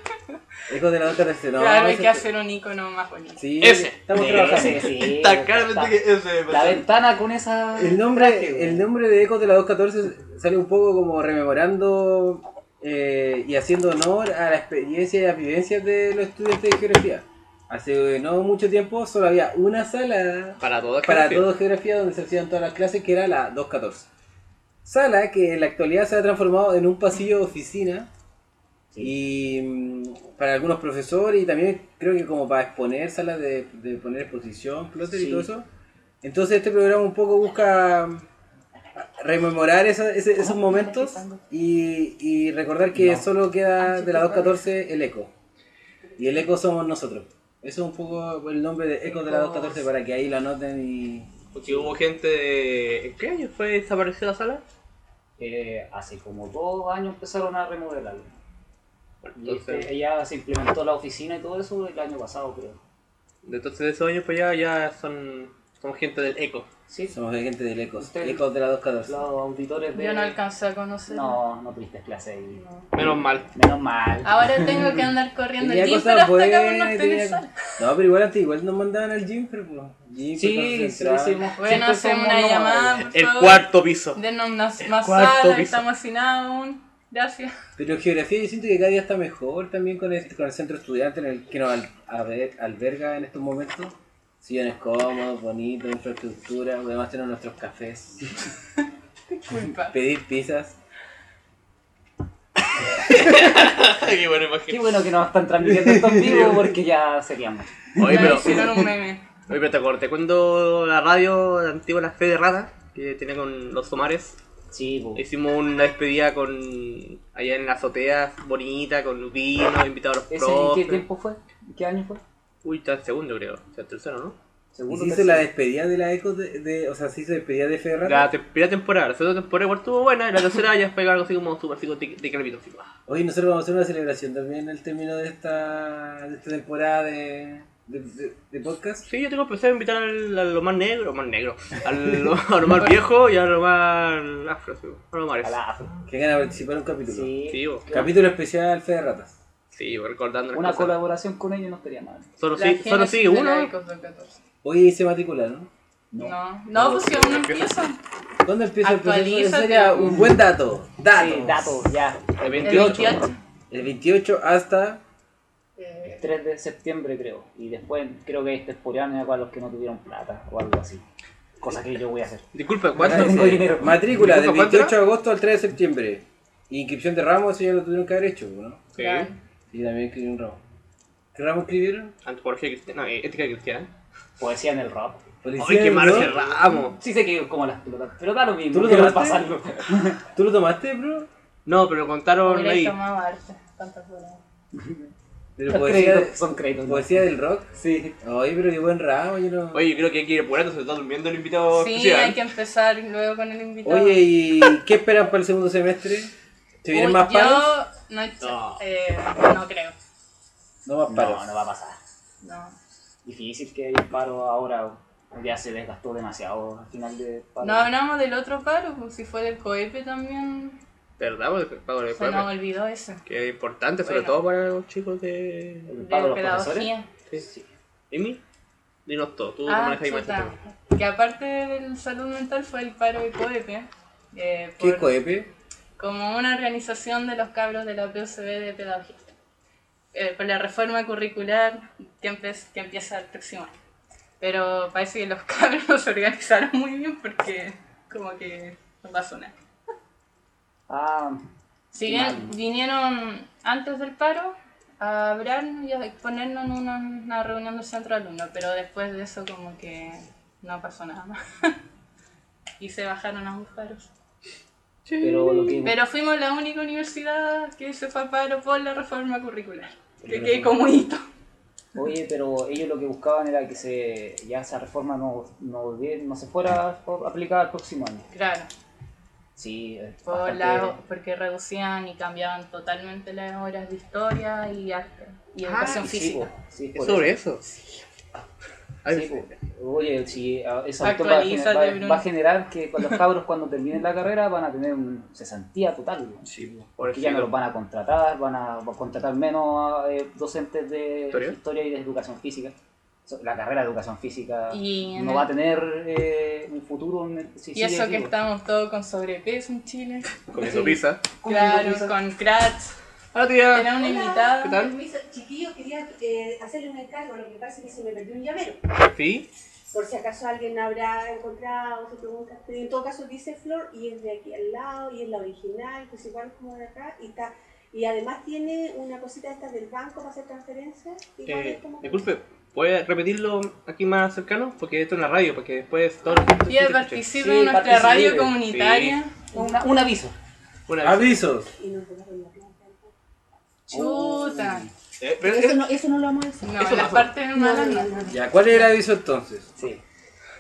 Speaker 2: Ecos de la 214. No,
Speaker 3: claro,
Speaker 2: no
Speaker 3: hay
Speaker 2: sé
Speaker 3: que
Speaker 2: qué-
Speaker 3: hacer un icono más bonito.
Speaker 2: Sí,
Speaker 4: Ese.
Speaker 2: estamos <laughs> trabajando.
Speaker 5: Sí,
Speaker 4: tan claramente que ese.
Speaker 5: La ventana con esa.
Speaker 2: El nombre, el nombre de Ecos de la 214 sale un poco como rememorando eh, y haciendo honor a la experiencia y las vivencias de los estudiantes de geografía. Hace no mucho tiempo solo había una sala
Speaker 4: Para todas.
Speaker 2: para
Speaker 4: creo
Speaker 2: todo geografía donde se hacían todas las clases, que era la 214. Sala que en la actualidad se ha transformado en un pasillo oficina y mm, para algunos profesores y también creo que como para exponer salas de, de poner exposición, plotter y
Speaker 5: Sí.
Speaker 2: todo eso. Entonces este programa un poco busca mm, rememorar esa- ese- esos momentos y, y recordar que solo queda de la 214 el eco. Y el eco somos nosotros. Eso es un poco el nombre de Eco de la 214 para que ahí lo anoten y...
Speaker 4: que- Porque Pues hubo gente de. ¿En qué año fue desaparecida la sala?
Speaker 5: Eh, hace como dos años empezaron a remodelarlo.
Speaker 4: Bueno,
Speaker 5: Y
Speaker 4: entonces,
Speaker 5: este, ella se implementó la oficina y todo eso el año pasado, creo.
Speaker 4: entonces de esos años pues ya, ya son. Somos gente del eco.
Speaker 5: Sí,
Speaker 2: Somos de gente del Ecos.
Speaker 5: Usted-
Speaker 2: Ecos de la
Speaker 5: los
Speaker 2: 214.
Speaker 5: auditores de.
Speaker 3: Yo no alcancé a conocer.
Speaker 5: No, no tuviste clase ahí.
Speaker 3: No. Ah,
Speaker 4: Menos mal.
Speaker 5: Menos mal.
Speaker 3: Ahora tengo que andar corriendo
Speaker 2: Tenía
Speaker 3: el gym,
Speaker 2: cosas
Speaker 3: pero hasta
Speaker 2: buenas,
Speaker 3: acá no estoy
Speaker 2: tenía-
Speaker 3: en sala.
Speaker 2: No, pero igual antes igual nos mandaban al gym, pero... pues, gym,
Speaker 5: Sí, sí,
Speaker 2: pues,
Speaker 3: Bueno,
Speaker 5: hicimos- siempre
Speaker 3: hacemos
Speaker 5: somos
Speaker 3: una
Speaker 5: nómadas.
Speaker 3: llamada, por
Speaker 4: El
Speaker 3: favor.
Speaker 4: cuarto piso.
Speaker 5: <laughs>
Speaker 3: Denos más, más
Speaker 4: cuarto
Speaker 3: sala,
Speaker 4: piso.
Speaker 3: estamos sin nada aún. Gracias.
Speaker 2: Pero geografía yo siento que cada día está mejor también con, este, con el centro estudiante en el que nos al- a ver- alberga en estos momentos. Sillones cómodos, bonitos, infraestructura, podemos tener nuestros cafés, <laughs>
Speaker 3: Disculpa.
Speaker 2: pedir pizzas.
Speaker 4: Qué
Speaker 5: Qué
Speaker 4: buena imagen.
Speaker 5: bueno que nos están transmitiendo esto en vivo porque ya seríamos.
Speaker 4: Oye,
Speaker 3: Ya
Speaker 4: pero,
Speaker 3: hicieron un meme.
Speaker 4: oye, pero te acordé cuando la radio la antigua, la fe de rata, que tenía con los somares,
Speaker 5: Sí, pues.
Speaker 4: hicimos una despedida con. allá en la azotea bonita, con vino, invitados a los
Speaker 5: ¿Ese en qué
Speaker 4: profes.
Speaker 5: tiempo fue? ¿En ¿Qué año fue?
Speaker 4: Uy, está el segundo creo, o sea, el tercero, ¿no?
Speaker 2: Y
Speaker 5: Segundo.
Speaker 2: se hizo
Speaker 5: tercero.
Speaker 2: la despedida de la ECO, de, de- o sea, se hizo despedida de Ferra.
Speaker 4: La te- primera temporada, la segunda temporada igual estuvo buena, y la tercera ya fue algo así como super así como de de crepito, así, ah.
Speaker 2: Hoy nosotros vamos a hacer una celebración también al término de esta, de esta temporada de, de, de- de podcast.
Speaker 4: Sí, yo tengo pensado invitar al, a lo más negro, más negro, al, a lo más viejo y a lo más afro, sí, a lo más
Speaker 5: A Ah, la afro.
Speaker 2: Que van a participar en un capítulo.
Speaker 5: Sí.
Speaker 4: Sí, bo.
Speaker 2: Capítulo especial Fe de Ratas.
Speaker 4: sí, bo, recordando las
Speaker 5: Una
Speaker 4: cosas.
Speaker 5: colaboración con ellos no estaría mal.
Speaker 4: Solo,
Speaker 3: La
Speaker 4: sí, solo
Speaker 3: génesis
Speaker 4: sigue
Speaker 3: de la
Speaker 4: uno.
Speaker 3: Ecos del 14.
Speaker 2: Hoy se matricularon.
Speaker 5: No.
Speaker 3: No, no, pues si aún no empieza.
Speaker 2: ¿Cuándo empieza el proceso? Ese
Speaker 3: Actualízate.
Speaker 2: sería un buen dato. Dato.
Speaker 5: Sí, dato, ya.
Speaker 4: El
Speaker 3: El
Speaker 4: 28.
Speaker 3: 28.
Speaker 2: El 28 hasta...
Speaker 3: Eh,
Speaker 5: 3 de septiembre creo. Y después creo que hay temporánea para los que no tuvieron plata o algo así. Cosa que yo voy a hacer.
Speaker 4: Disculpa,
Speaker 5: No
Speaker 4: ¿cuánto?
Speaker 5: tengo dinero.
Speaker 2: Matrícula del
Speaker 4: ¿Cuánto
Speaker 2: 28 de
Speaker 4: era?
Speaker 2: agosto al 3 de septiembre. Inscripción de ramos, eso ya lo tuvieron que haber hecho, ¿no?
Speaker 4: Sí.
Speaker 3: ya.
Speaker 2: Sí, también escribieron ramos. ¿Qué ramos escribieron?
Speaker 4: Antropología cristiana, no, eh, ética cristiana.
Speaker 5: Poesía en el rock.
Speaker 4: Ay, qué
Speaker 2: del
Speaker 4: malo ese
Speaker 2: rock.
Speaker 4: ramo.
Speaker 5: Sí sé que como las pelotas. Pero da lo mismo.
Speaker 2: ¿Tú lo
Speaker 5: quiero
Speaker 2: tomaste?
Speaker 5: pasarlo.
Speaker 2: ¿Tú lo tomaste, bro?
Speaker 4: No, pero lo contaron
Speaker 3: Hubiera
Speaker 4: ahí.
Speaker 3: tomado harta, tantas horas.
Speaker 2: Pero
Speaker 5: Los
Speaker 2: poesía,
Speaker 5: créditos son créditos. ¿no?
Speaker 2: poesía del rock.
Speaker 5: Sí.
Speaker 2: Ay, pero qué buen ramo, yo no.
Speaker 4: Oye, yo creo que hay que ir apurando, se está durmiendo el invitado
Speaker 3: Sí,
Speaker 4: especial.
Speaker 3: hay que empezar luego con el invitado.
Speaker 2: Oye, ¿y qué esperan para el segundo semestre? ¿Se vienen
Speaker 3: Uy,
Speaker 2: más paros?
Speaker 3: Yo no,
Speaker 4: No.
Speaker 3: eh, no creo.
Speaker 2: No más paros.
Speaker 5: No, no va a pasar.
Speaker 3: No.
Speaker 5: Difícil que haya un paro ahora. Ya se desgastó demasiado al final de paro.
Speaker 3: No hablamos del otro paro, pues, si fue del cohete también.
Speaker 4: ¿Verdad? Porque el pago de
Speaker 3: Se nos
Speaker 4: jueves,
Speaker 3: olvidó eso.
Speaker 4: Que es importante, sobre
Speaker 3: Bueno.
Speaker 4: todo para los chicos de.
Speaker 5: El
Speaker 3: De
Speaker 5: paro de los profesores.
Speaker 3: pedagogía.
Speaker 4: Sí, sí. Mimi, dinos todo, tú
Speaker 3: Ah,
Speaker 4: manejas ahí más este
Speaker 3: chuta.
Speaker 4: tema.
Speaker 3: Que aparte del salud mental fue el paro de COEPE. eh,
Speaker 2: ¿Qué
Speaker 3: por-
Speaker 2: coepe?
Speaker 3: Como una organización de los cabros de la PUCB de pedagogía. Eh, por la reforma curricular que, empe- que empieza el próximo año. Pero parece que los <laughs> cabros se organizaron muy bien porque como que no pasó nada.
Speaker 5: Ah,
Speaker 3: Si
Speaker 5: Qué
Speaker 3: bien
Speaker 5: mal.
Speaker 3: eh, vinieron antes del paro a hablar y a exponernos en una, una reunión del centro de alumnos, pero después de eso como que no pasó nada más. <laughs> y se bajaron a un paro.
Speaker 5: pero lo que.
Speaker 3: Pero fuimos la única universidad que se fue a paro por la reforma curricular. Que quedé como hito.
Speaker 5: Oye, pero ellos lo que buscaban era que se ya esa reforma no, no, volviera- no se fuera a aplicar el próximo año.
Speaker 3: Claro,
Speaker 5: Sí, eh,
Speaker 3: por
Speaker 5: bastante-
Speaker 3: la, porque reducían y cambiaban totalmente las horas de historia y arte y educación
Speaker 5: sí,
Speaker 3: física.
Speaker 5: po, sí,
Speaker 4: ¿Es
Speaker 5: por
Speaker 4: sobre
Speaker 5: eso.
Speaker 4: eso?
Speaker 5: Sí,
Speaker 4: Ay,
Speaker 5: po. Oye, si ah, esa cuestión va a, gener- va-
Speaker 3: Actualízate, Bruno.
Speaker 5: va a generar que con los cabros cuando terminen la carrera van a tener un cesantía total. ¿no?
Speaker 4: Sí, po.
Speaker 5: Porque ya no los van a contratar, van a, van a contratar menos eh, docentes de
Speaker 4: ¿Historia?
Speaker 5: historia y de educación física. So- La carrera de educación física
Speaker 3: Y en
Speaker 5: no
Speaker 3: el-
Speaker 5: va a tener eh, un futuro. en el- si
Speaker 3: Y
Speaker 5: sigue
Speaker 3: eso
Speaker 5: así,
Speaker 3: que
Speaker 5: po.
Speaker 3: estamos todos con sobrepeso en Chile.
Speaker 4: Comiendo pizza.
Speaker 3: Claro,
Speaker 5: Con-
Speaker 3: con Kratz.
Speaker 4: Hola tía.
Speaker 3: Era una
Speaker 6: Hola,
Speaker 3: invitada.
Speaker 4: ¿Qué tal?
Speaker 6: permiso. Chiquillo, quería eh, hacerle un encargo. Lo que pasa es que se me perdió un llavero.
Speaker 4: Sí.
Speaker 6: Por si acaso alguien habrá encontrado, se pregunta. Pero en todo caso dice Flor y es de aquí al lado y es la original, que es igual como de acá. Y, está, y además tiene una cosita esta del banco para hacer transferencias. igual
Speaker 4: Eh,
Speaker 6: es como-
Speaker 4: disculpe, ¿puede repetirlo aquí más cercano? Porque esto es la radio, porque después todo lo que
Speaker 3: Pide
Speaker 5: Sí,
Speaker 3: participe en nuestra
Speaker 5: participe.
Speaker 3: radio comunitaria.
Speaker 5: Una- un aviso.
Speaker 4: Una vez.
Speaker 2: Avisos.
Speaker 6: Y nos volaron la planta.
Speaker 3: Chuta.
Speaker 4: Eh, pero-
Speaker 6: Eso no, eso no lo vamos a decir.
Speaker 3: No,
Speaker 4: Eso
Speaker 3: las
Speaker 4: no.
Speaker 3: partes
Speaker 6: No, no,
Speaker 3: malas
Speaker 6: no,
Speaker 3: no.
Speaker 6: no.
Speaker 2: Ya, ¿cuál es el aviso entonces?
Speaker 5: Sí.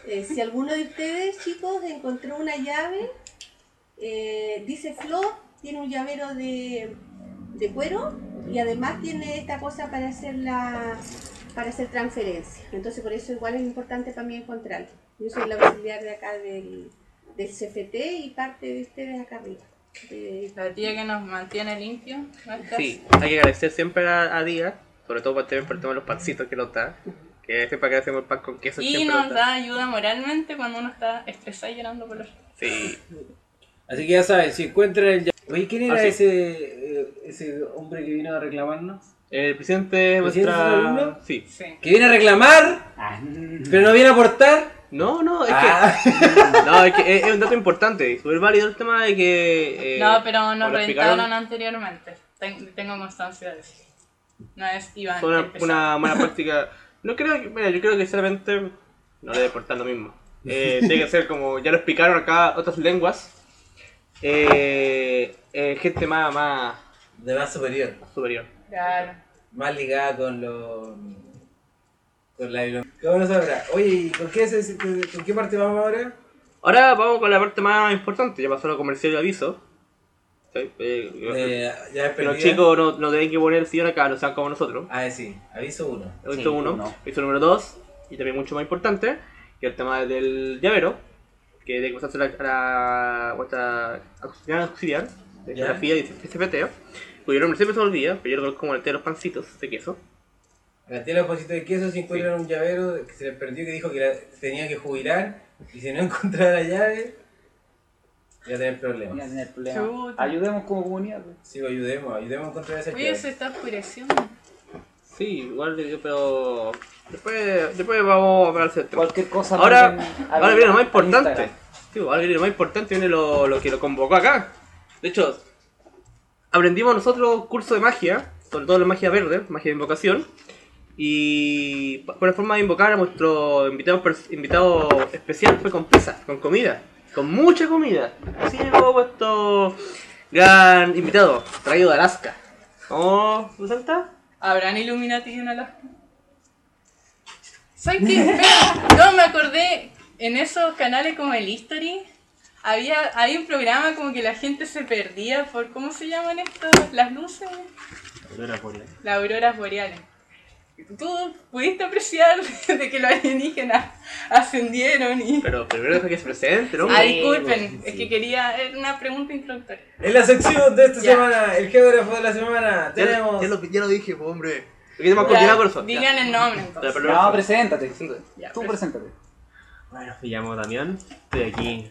Speaker 6: Eh, si alguno de ustedes, chicos, encontró una llave, eh, dice Flo, tiene un llavero de, de cuero y además tiene esta cosa para hacer la para hacer transferencia. Entonces por eso igual es importante para mí encontrarlo. Yo soy la auxiliar de acá del, del CFT y parte de ustedes acá arriba. De-
Speaker 3: La tía que nos mantiene limpio. nuestras-
Speaker 4: Sí, hay que agradecer siempre a, a Día, sobre todo por, también por el tema de los pancitos que nos da. Que este siempre agradecemos el pan con queso.
Speaker 3: Y
Speaker 4: siempre
Speaker 3: nos da ayuda moralmente cuando uno está estresado y llorando por los.
Speaker 4: Sí,
Speaker 2: Así que ya saben, si encuentran el llavero. Oye, ¿quién era
Speaker 4: Ah, sí.
Speaker 2: ese, eh, ese hombre que vino a reclamarnos?
Speaker 4: el presidente es
Speaker 2: ¿Presidente
Speaker 4: nuestra.
Speaker 2: del alumno?
Speaker 4: Sí.
Speaker 3: Sí.
Speaker 2: ¿Que viene a reclamar?
Speaker 5: Ah, <laughs>
Speaker 2: ¿Pero no viene a aportar?
Speaker 4: No, no, es
Speaker 2: Ah. <laughs>
Speaker 4: que. No, es que es, es un dato importante. Es súper válido el tema de que. eh,
Speaker 3: No, pero
Speaker 4: como
Speaker 3: nos
Speaker 4: lo
Speaker 3: reventaron
Speaker 4: explicaron,
Speaker 3: anteriormente. Ten- tengo constancia de eso. No es Iván.
Speaker 4: Fue una,
Speaker 3: el pesado.
Speaker 4: una mala práctica. No creo que. Mira, yo creo que solamente. No debe portar lo mismo.
Speaker 5: <laughs>
Speaker 4: Eh, tiene que ser como ya lo explicaron acá otras lenguas. Eh, eh, gente más, más
Speaker 2: De más superior.
Speaker 4: superior.
Speaker 3: Claro.
Speaker 2: Más ligada con lo. con la ¿Cómo no sabrá? Oye, ¿y con qué, se- se- con qué parte vamos ahora?
Speaker 4: Ahora vamos con la parte más importante. Ya pasó lo comercial y aviso. Sí, eh, yo-
Speaker 2: Eh, ya
Speaker 4: que los
Speaker 2: perdida.
Speaker 4: chicos no, no tienen que poner el sillón acá, no sean como nosotros.
Speaker 2: Ah, sí, aviso uno.
Speaker 4: Aviso
Speaker 5: Sí,
Speaker 4: uno,
Speaker 5: uno.
Speaker 4: aviso número dos, y también mucho más importante, que el tema del llavero, que de cosas a la, a la- vuestra auxiliar, auxiliar de
Speaker 2: Ya.
Speaker 4: geografía y CFTO, cuyo nombre siempre se me olvida, pero Pues yo lo conozco como el té de los pancitos de queso.
Speaker 2: La tía de los pasitos de queso se encuentran un llavero que se le perdió que dijo que la- tenía que jubilar y si no <laughs> encontraba la llave, iba a tener
Speaker 5: voy a
Speaker 2: problemas.
Speaker 5: tener problemas.
Speaker 3: Chuta.
Speaker 5: Ayudemos como comunidad. pues.
Speaker 2: Sí, ayudemos, ayudemos a encontrar esa
Speaker 3: Oye,
Speaker 2: llave.
Speaker 3: se está oscureciendo.
Speaker 4: Sí, igual, yo- pero después, después vamos a hablar del tema.
Speaker 5: Cualquier cosa.
Speaker 4: Ahora,
Speaker 5: manden a-
Speaker 4: ahora viene lo más
Speaker 5: a
Speaker 4: importante.
Speaker 5: Instagram.
Speaker 4: Sí, ahora viene lo más importante, viene lo, lo que lo convocó acá. De hecho, aprendimos nosotros curso de magia, sobre todo la magia verde, magia de invocación. Y pa- una forma de invocar a nuestro invitado, pers- invitado especial fue con pizza, con comida, con mucha comida. Así llegó vuestro gran invitado, traído de Alaska. ¿Cómo, Santa?
Speaker 3: ¿Habrán Illuminati en Alaska? ¿Sabes qué? Espera, No, me acordé en esos canales como el History. Había, hay un programa como que la gente se perdía por, ¿cómo se llaman estos? Las luces. Las auroras boreales. Tú pudiste apreciar <laughs> de que los alienígenas ascendieron y...
Speaker 4: Pero primero deja que se presente, ¿no?
Speaker 3: Ah,
Speaker 5: sí,
Speaker 3: disculpen,
Speaker 5: bueno,
Speaker 3: es
Speaker 5: sí.
Speaker 3: que quería era una pregunta introductoria.
Speaker 2: En la sección de esta
Speaker 3: Ya.
Speaker 2: semana, el geógrafo de la semana,
Speaker 4: Ya,
Speaker 2: tenemos.
Speaker 4: ya lo, ya lo dije, pues, hombre. Aquí tenemos continuar con eso.
Speaker 3: Digan el nombre
Speaker 4: Ya. Ya,
Speaker 3: entonces.
Speaker 4: pero
Speaker 5: No,
Speaker 4: no-
Speaker 5: preséntate.
Speaker 3: Ya,
Speaker 5: Tú
Speaker 3: pres-
Speaker 5: preséntate.
Speaker 7: Bueno, me llamo Damián, estoy aquí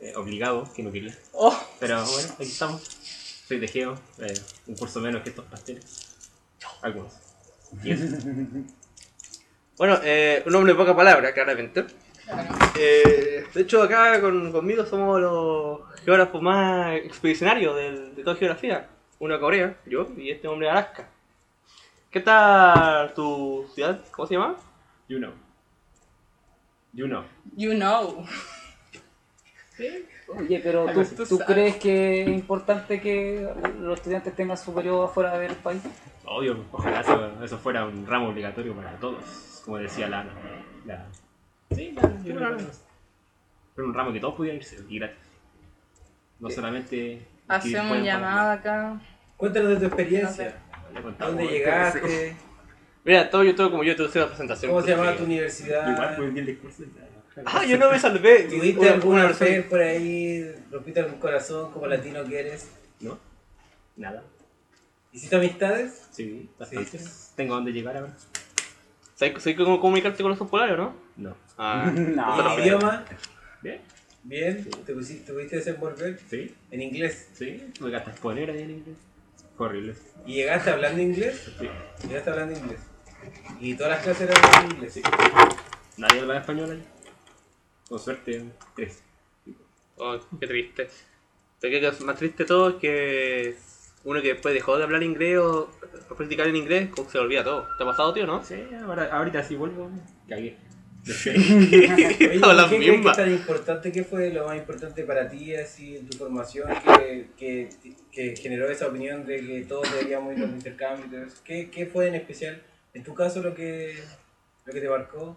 Speaker 7: eh, obligado, que no quería.
Speaker 3: Oh,
Speaker 7: Pero bueno, aquí estamos. Soy de Geo, eh, un curso menos que estos pasteles. Algunos. Y eso.
Speaker 4: Bueno, eh, un hombre de poca palabra, claramente.
Speaker 3: claro.
Speaker 4: Eh, de hecho, acá con, conmigo somos los geógrafos más expedicionarios del- de toda geografía. Uno de Corea, yo, y este hombre de Alaska. ¿Qué tal tu ciudad? ¿Cómo se llama?
Speaker 7: You know. You know.
Speaker 3: You know.
Speaker 5: Oye, pero
Speaker 7: Algo
Speaker 5: ¿tú,
Speaker 7: así.
Speaker 5: tú
Speaker 3: Tú sabes.
Speaker 5: crees que es importante que los estudiantes tengan su periodo afuera del país?
Speaker 7: Obvio, ojalá eso, eso fuera un ramo obligatorio para todos, como decía la... la sí, la, yo creo que Pero un ramo que todos pudieran irse, y gratis. No solamente...
Speaker 3: Hacemos un llamado acá.
Speaker 2: Cuéntanos de tu experiencia. ¿A dónde llegaste?
Speaker 4: Mira, todo yo, todo como yo, te hice la presentación.
Speaker 2: ¿Cómo se llamaba
Speaker 4: Sí.
Speaker 2: tu
Speaker 7: Igual fue
Speaker 2: universidad?
Speaker 5: pues,
Speaker 7: un día de curso. ya.
Speaker 4: Ah, yo no me salvé.
Speaker 2: ¿Tuviste
Speaker 4: Una-
Speaker 2: alguna
Speaker 4: una
Speaker 2: fe por ahí? ¿Rompiste algún corazón como latino que eres?
Speaker 7: ¿No? Nada.
Speaker 2: ¿Hiciste amistades?
Speaker 7: Sí, bastantes. ¿Tengo dónde llegar ahora?
Speaker 4: ¿Sabes sabes cómo comunicarte con los polares, no?
Speaker 7: No.
Speaker 4: Ah,
Speaker 5: <laughs>
Speaker 2: <laughs>
Speaker 5: No.
Speaker 4: eso
Speaker 2: ¿El
Speaker 4: también.
Speaker 2: idioma?
Speaker 7: ¿Bien?
Speaker 2: ¿Bien? ¿Te pusiste- tuviste desenvolver?
Speaker 7: Sí,
Speaker 2: ¿En inglés?
Speaker 7: sí. Tuve que hasta exponer ahí en inglés. Fue horrible.
Speaker 2: ¿Y llegaste hablando inglés?
Speaker 7: Sí.
Speaker 2: Llegaste hablando inglés. ¿Y todas las clases eran en inglés?
Speaker 7: Nadie hablaba español allá. Con suerte, tres.
Speaker 4: Oh, qué triste. Pero creo que lo más triste de todo es que uno que después dejó de hablar inglés o o practicar en inglés, como que se le olvida todo. ¿Te ha pasado, tío, no?
Speaker 7: Sí, ahora, ahorita sí vuelvo. Cagué.
Speaker 2: Oye,
Speaker 4: Todas las
Speaker 2: ¿Qué crees que
Speaker 4: mismas.
Speaker 2: es tan importante? ¿Qué fue lo más importante para ti así en tu formación que, que, que generó esa opinión de que todos deberíamos ir a los intercambios? y todo eso? ¿Qué, ¿Qué fue en especial en tu caso lo que, lo que te marcó?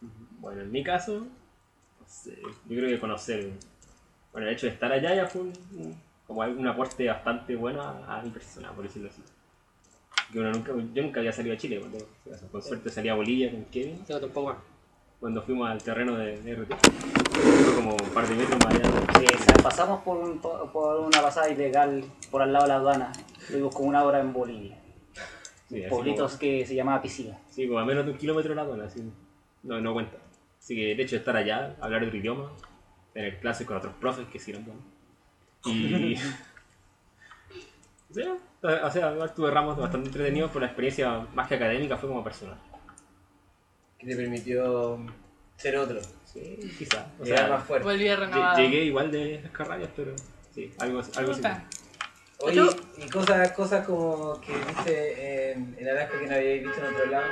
Speaker 7: Bueno, en mi caso, no sé, yo creo que conocer. Bueno, el hecho de estar allá ya fue un- un- como algún aporte bastante bueno a, a mi persona, por decirlo así. Que uno nunca, yo nunca había salido a Chile, cuando, con suerte salí a Bolivia con Kevin,
Speaker 4: No, tampoco más.
Speaker 7: cuando fuimos al terreno de, de RT. Fue como un par de metros más allá.
Speaker 5: Sí, o sea, pasamos por, un- por una pasada ilegal por al lado de la aduana. Vivimos como una hora en Bolivia.
Speaker 7: Sí, así
Speaker 5: Pueblitos que se llamaba Piscina.
Speaker 7: como- sí, como a menos de un kilómetro de la zona, así. No, no cuenta. Así que el hecho de estar allá, hablar otro idioma, tener clases con otros profes que sí eran buenos. Y. <laughs> Sí, o sea, igual tuve ramos bastante entretenidos, pero la experiencia más que académica fue como personal.
Speaker 2: que te permitió ser otro,
Speaker 7: Sí, quizás. O
Speaker 2: llegar
Speaker 7: sea,
Speaker 2: más fuerte.
Speaker 3: Volví
Speaker 7: lle-
Speaker 3: renovado.
Speaker 7: llegué igual de las carrayas, pero sí, algo, algo así.
Speaker 3: Puta.
Speaker 2: Oye, y cosas, cosas como que viste en, en Alaska que no habíais visto en otro lado.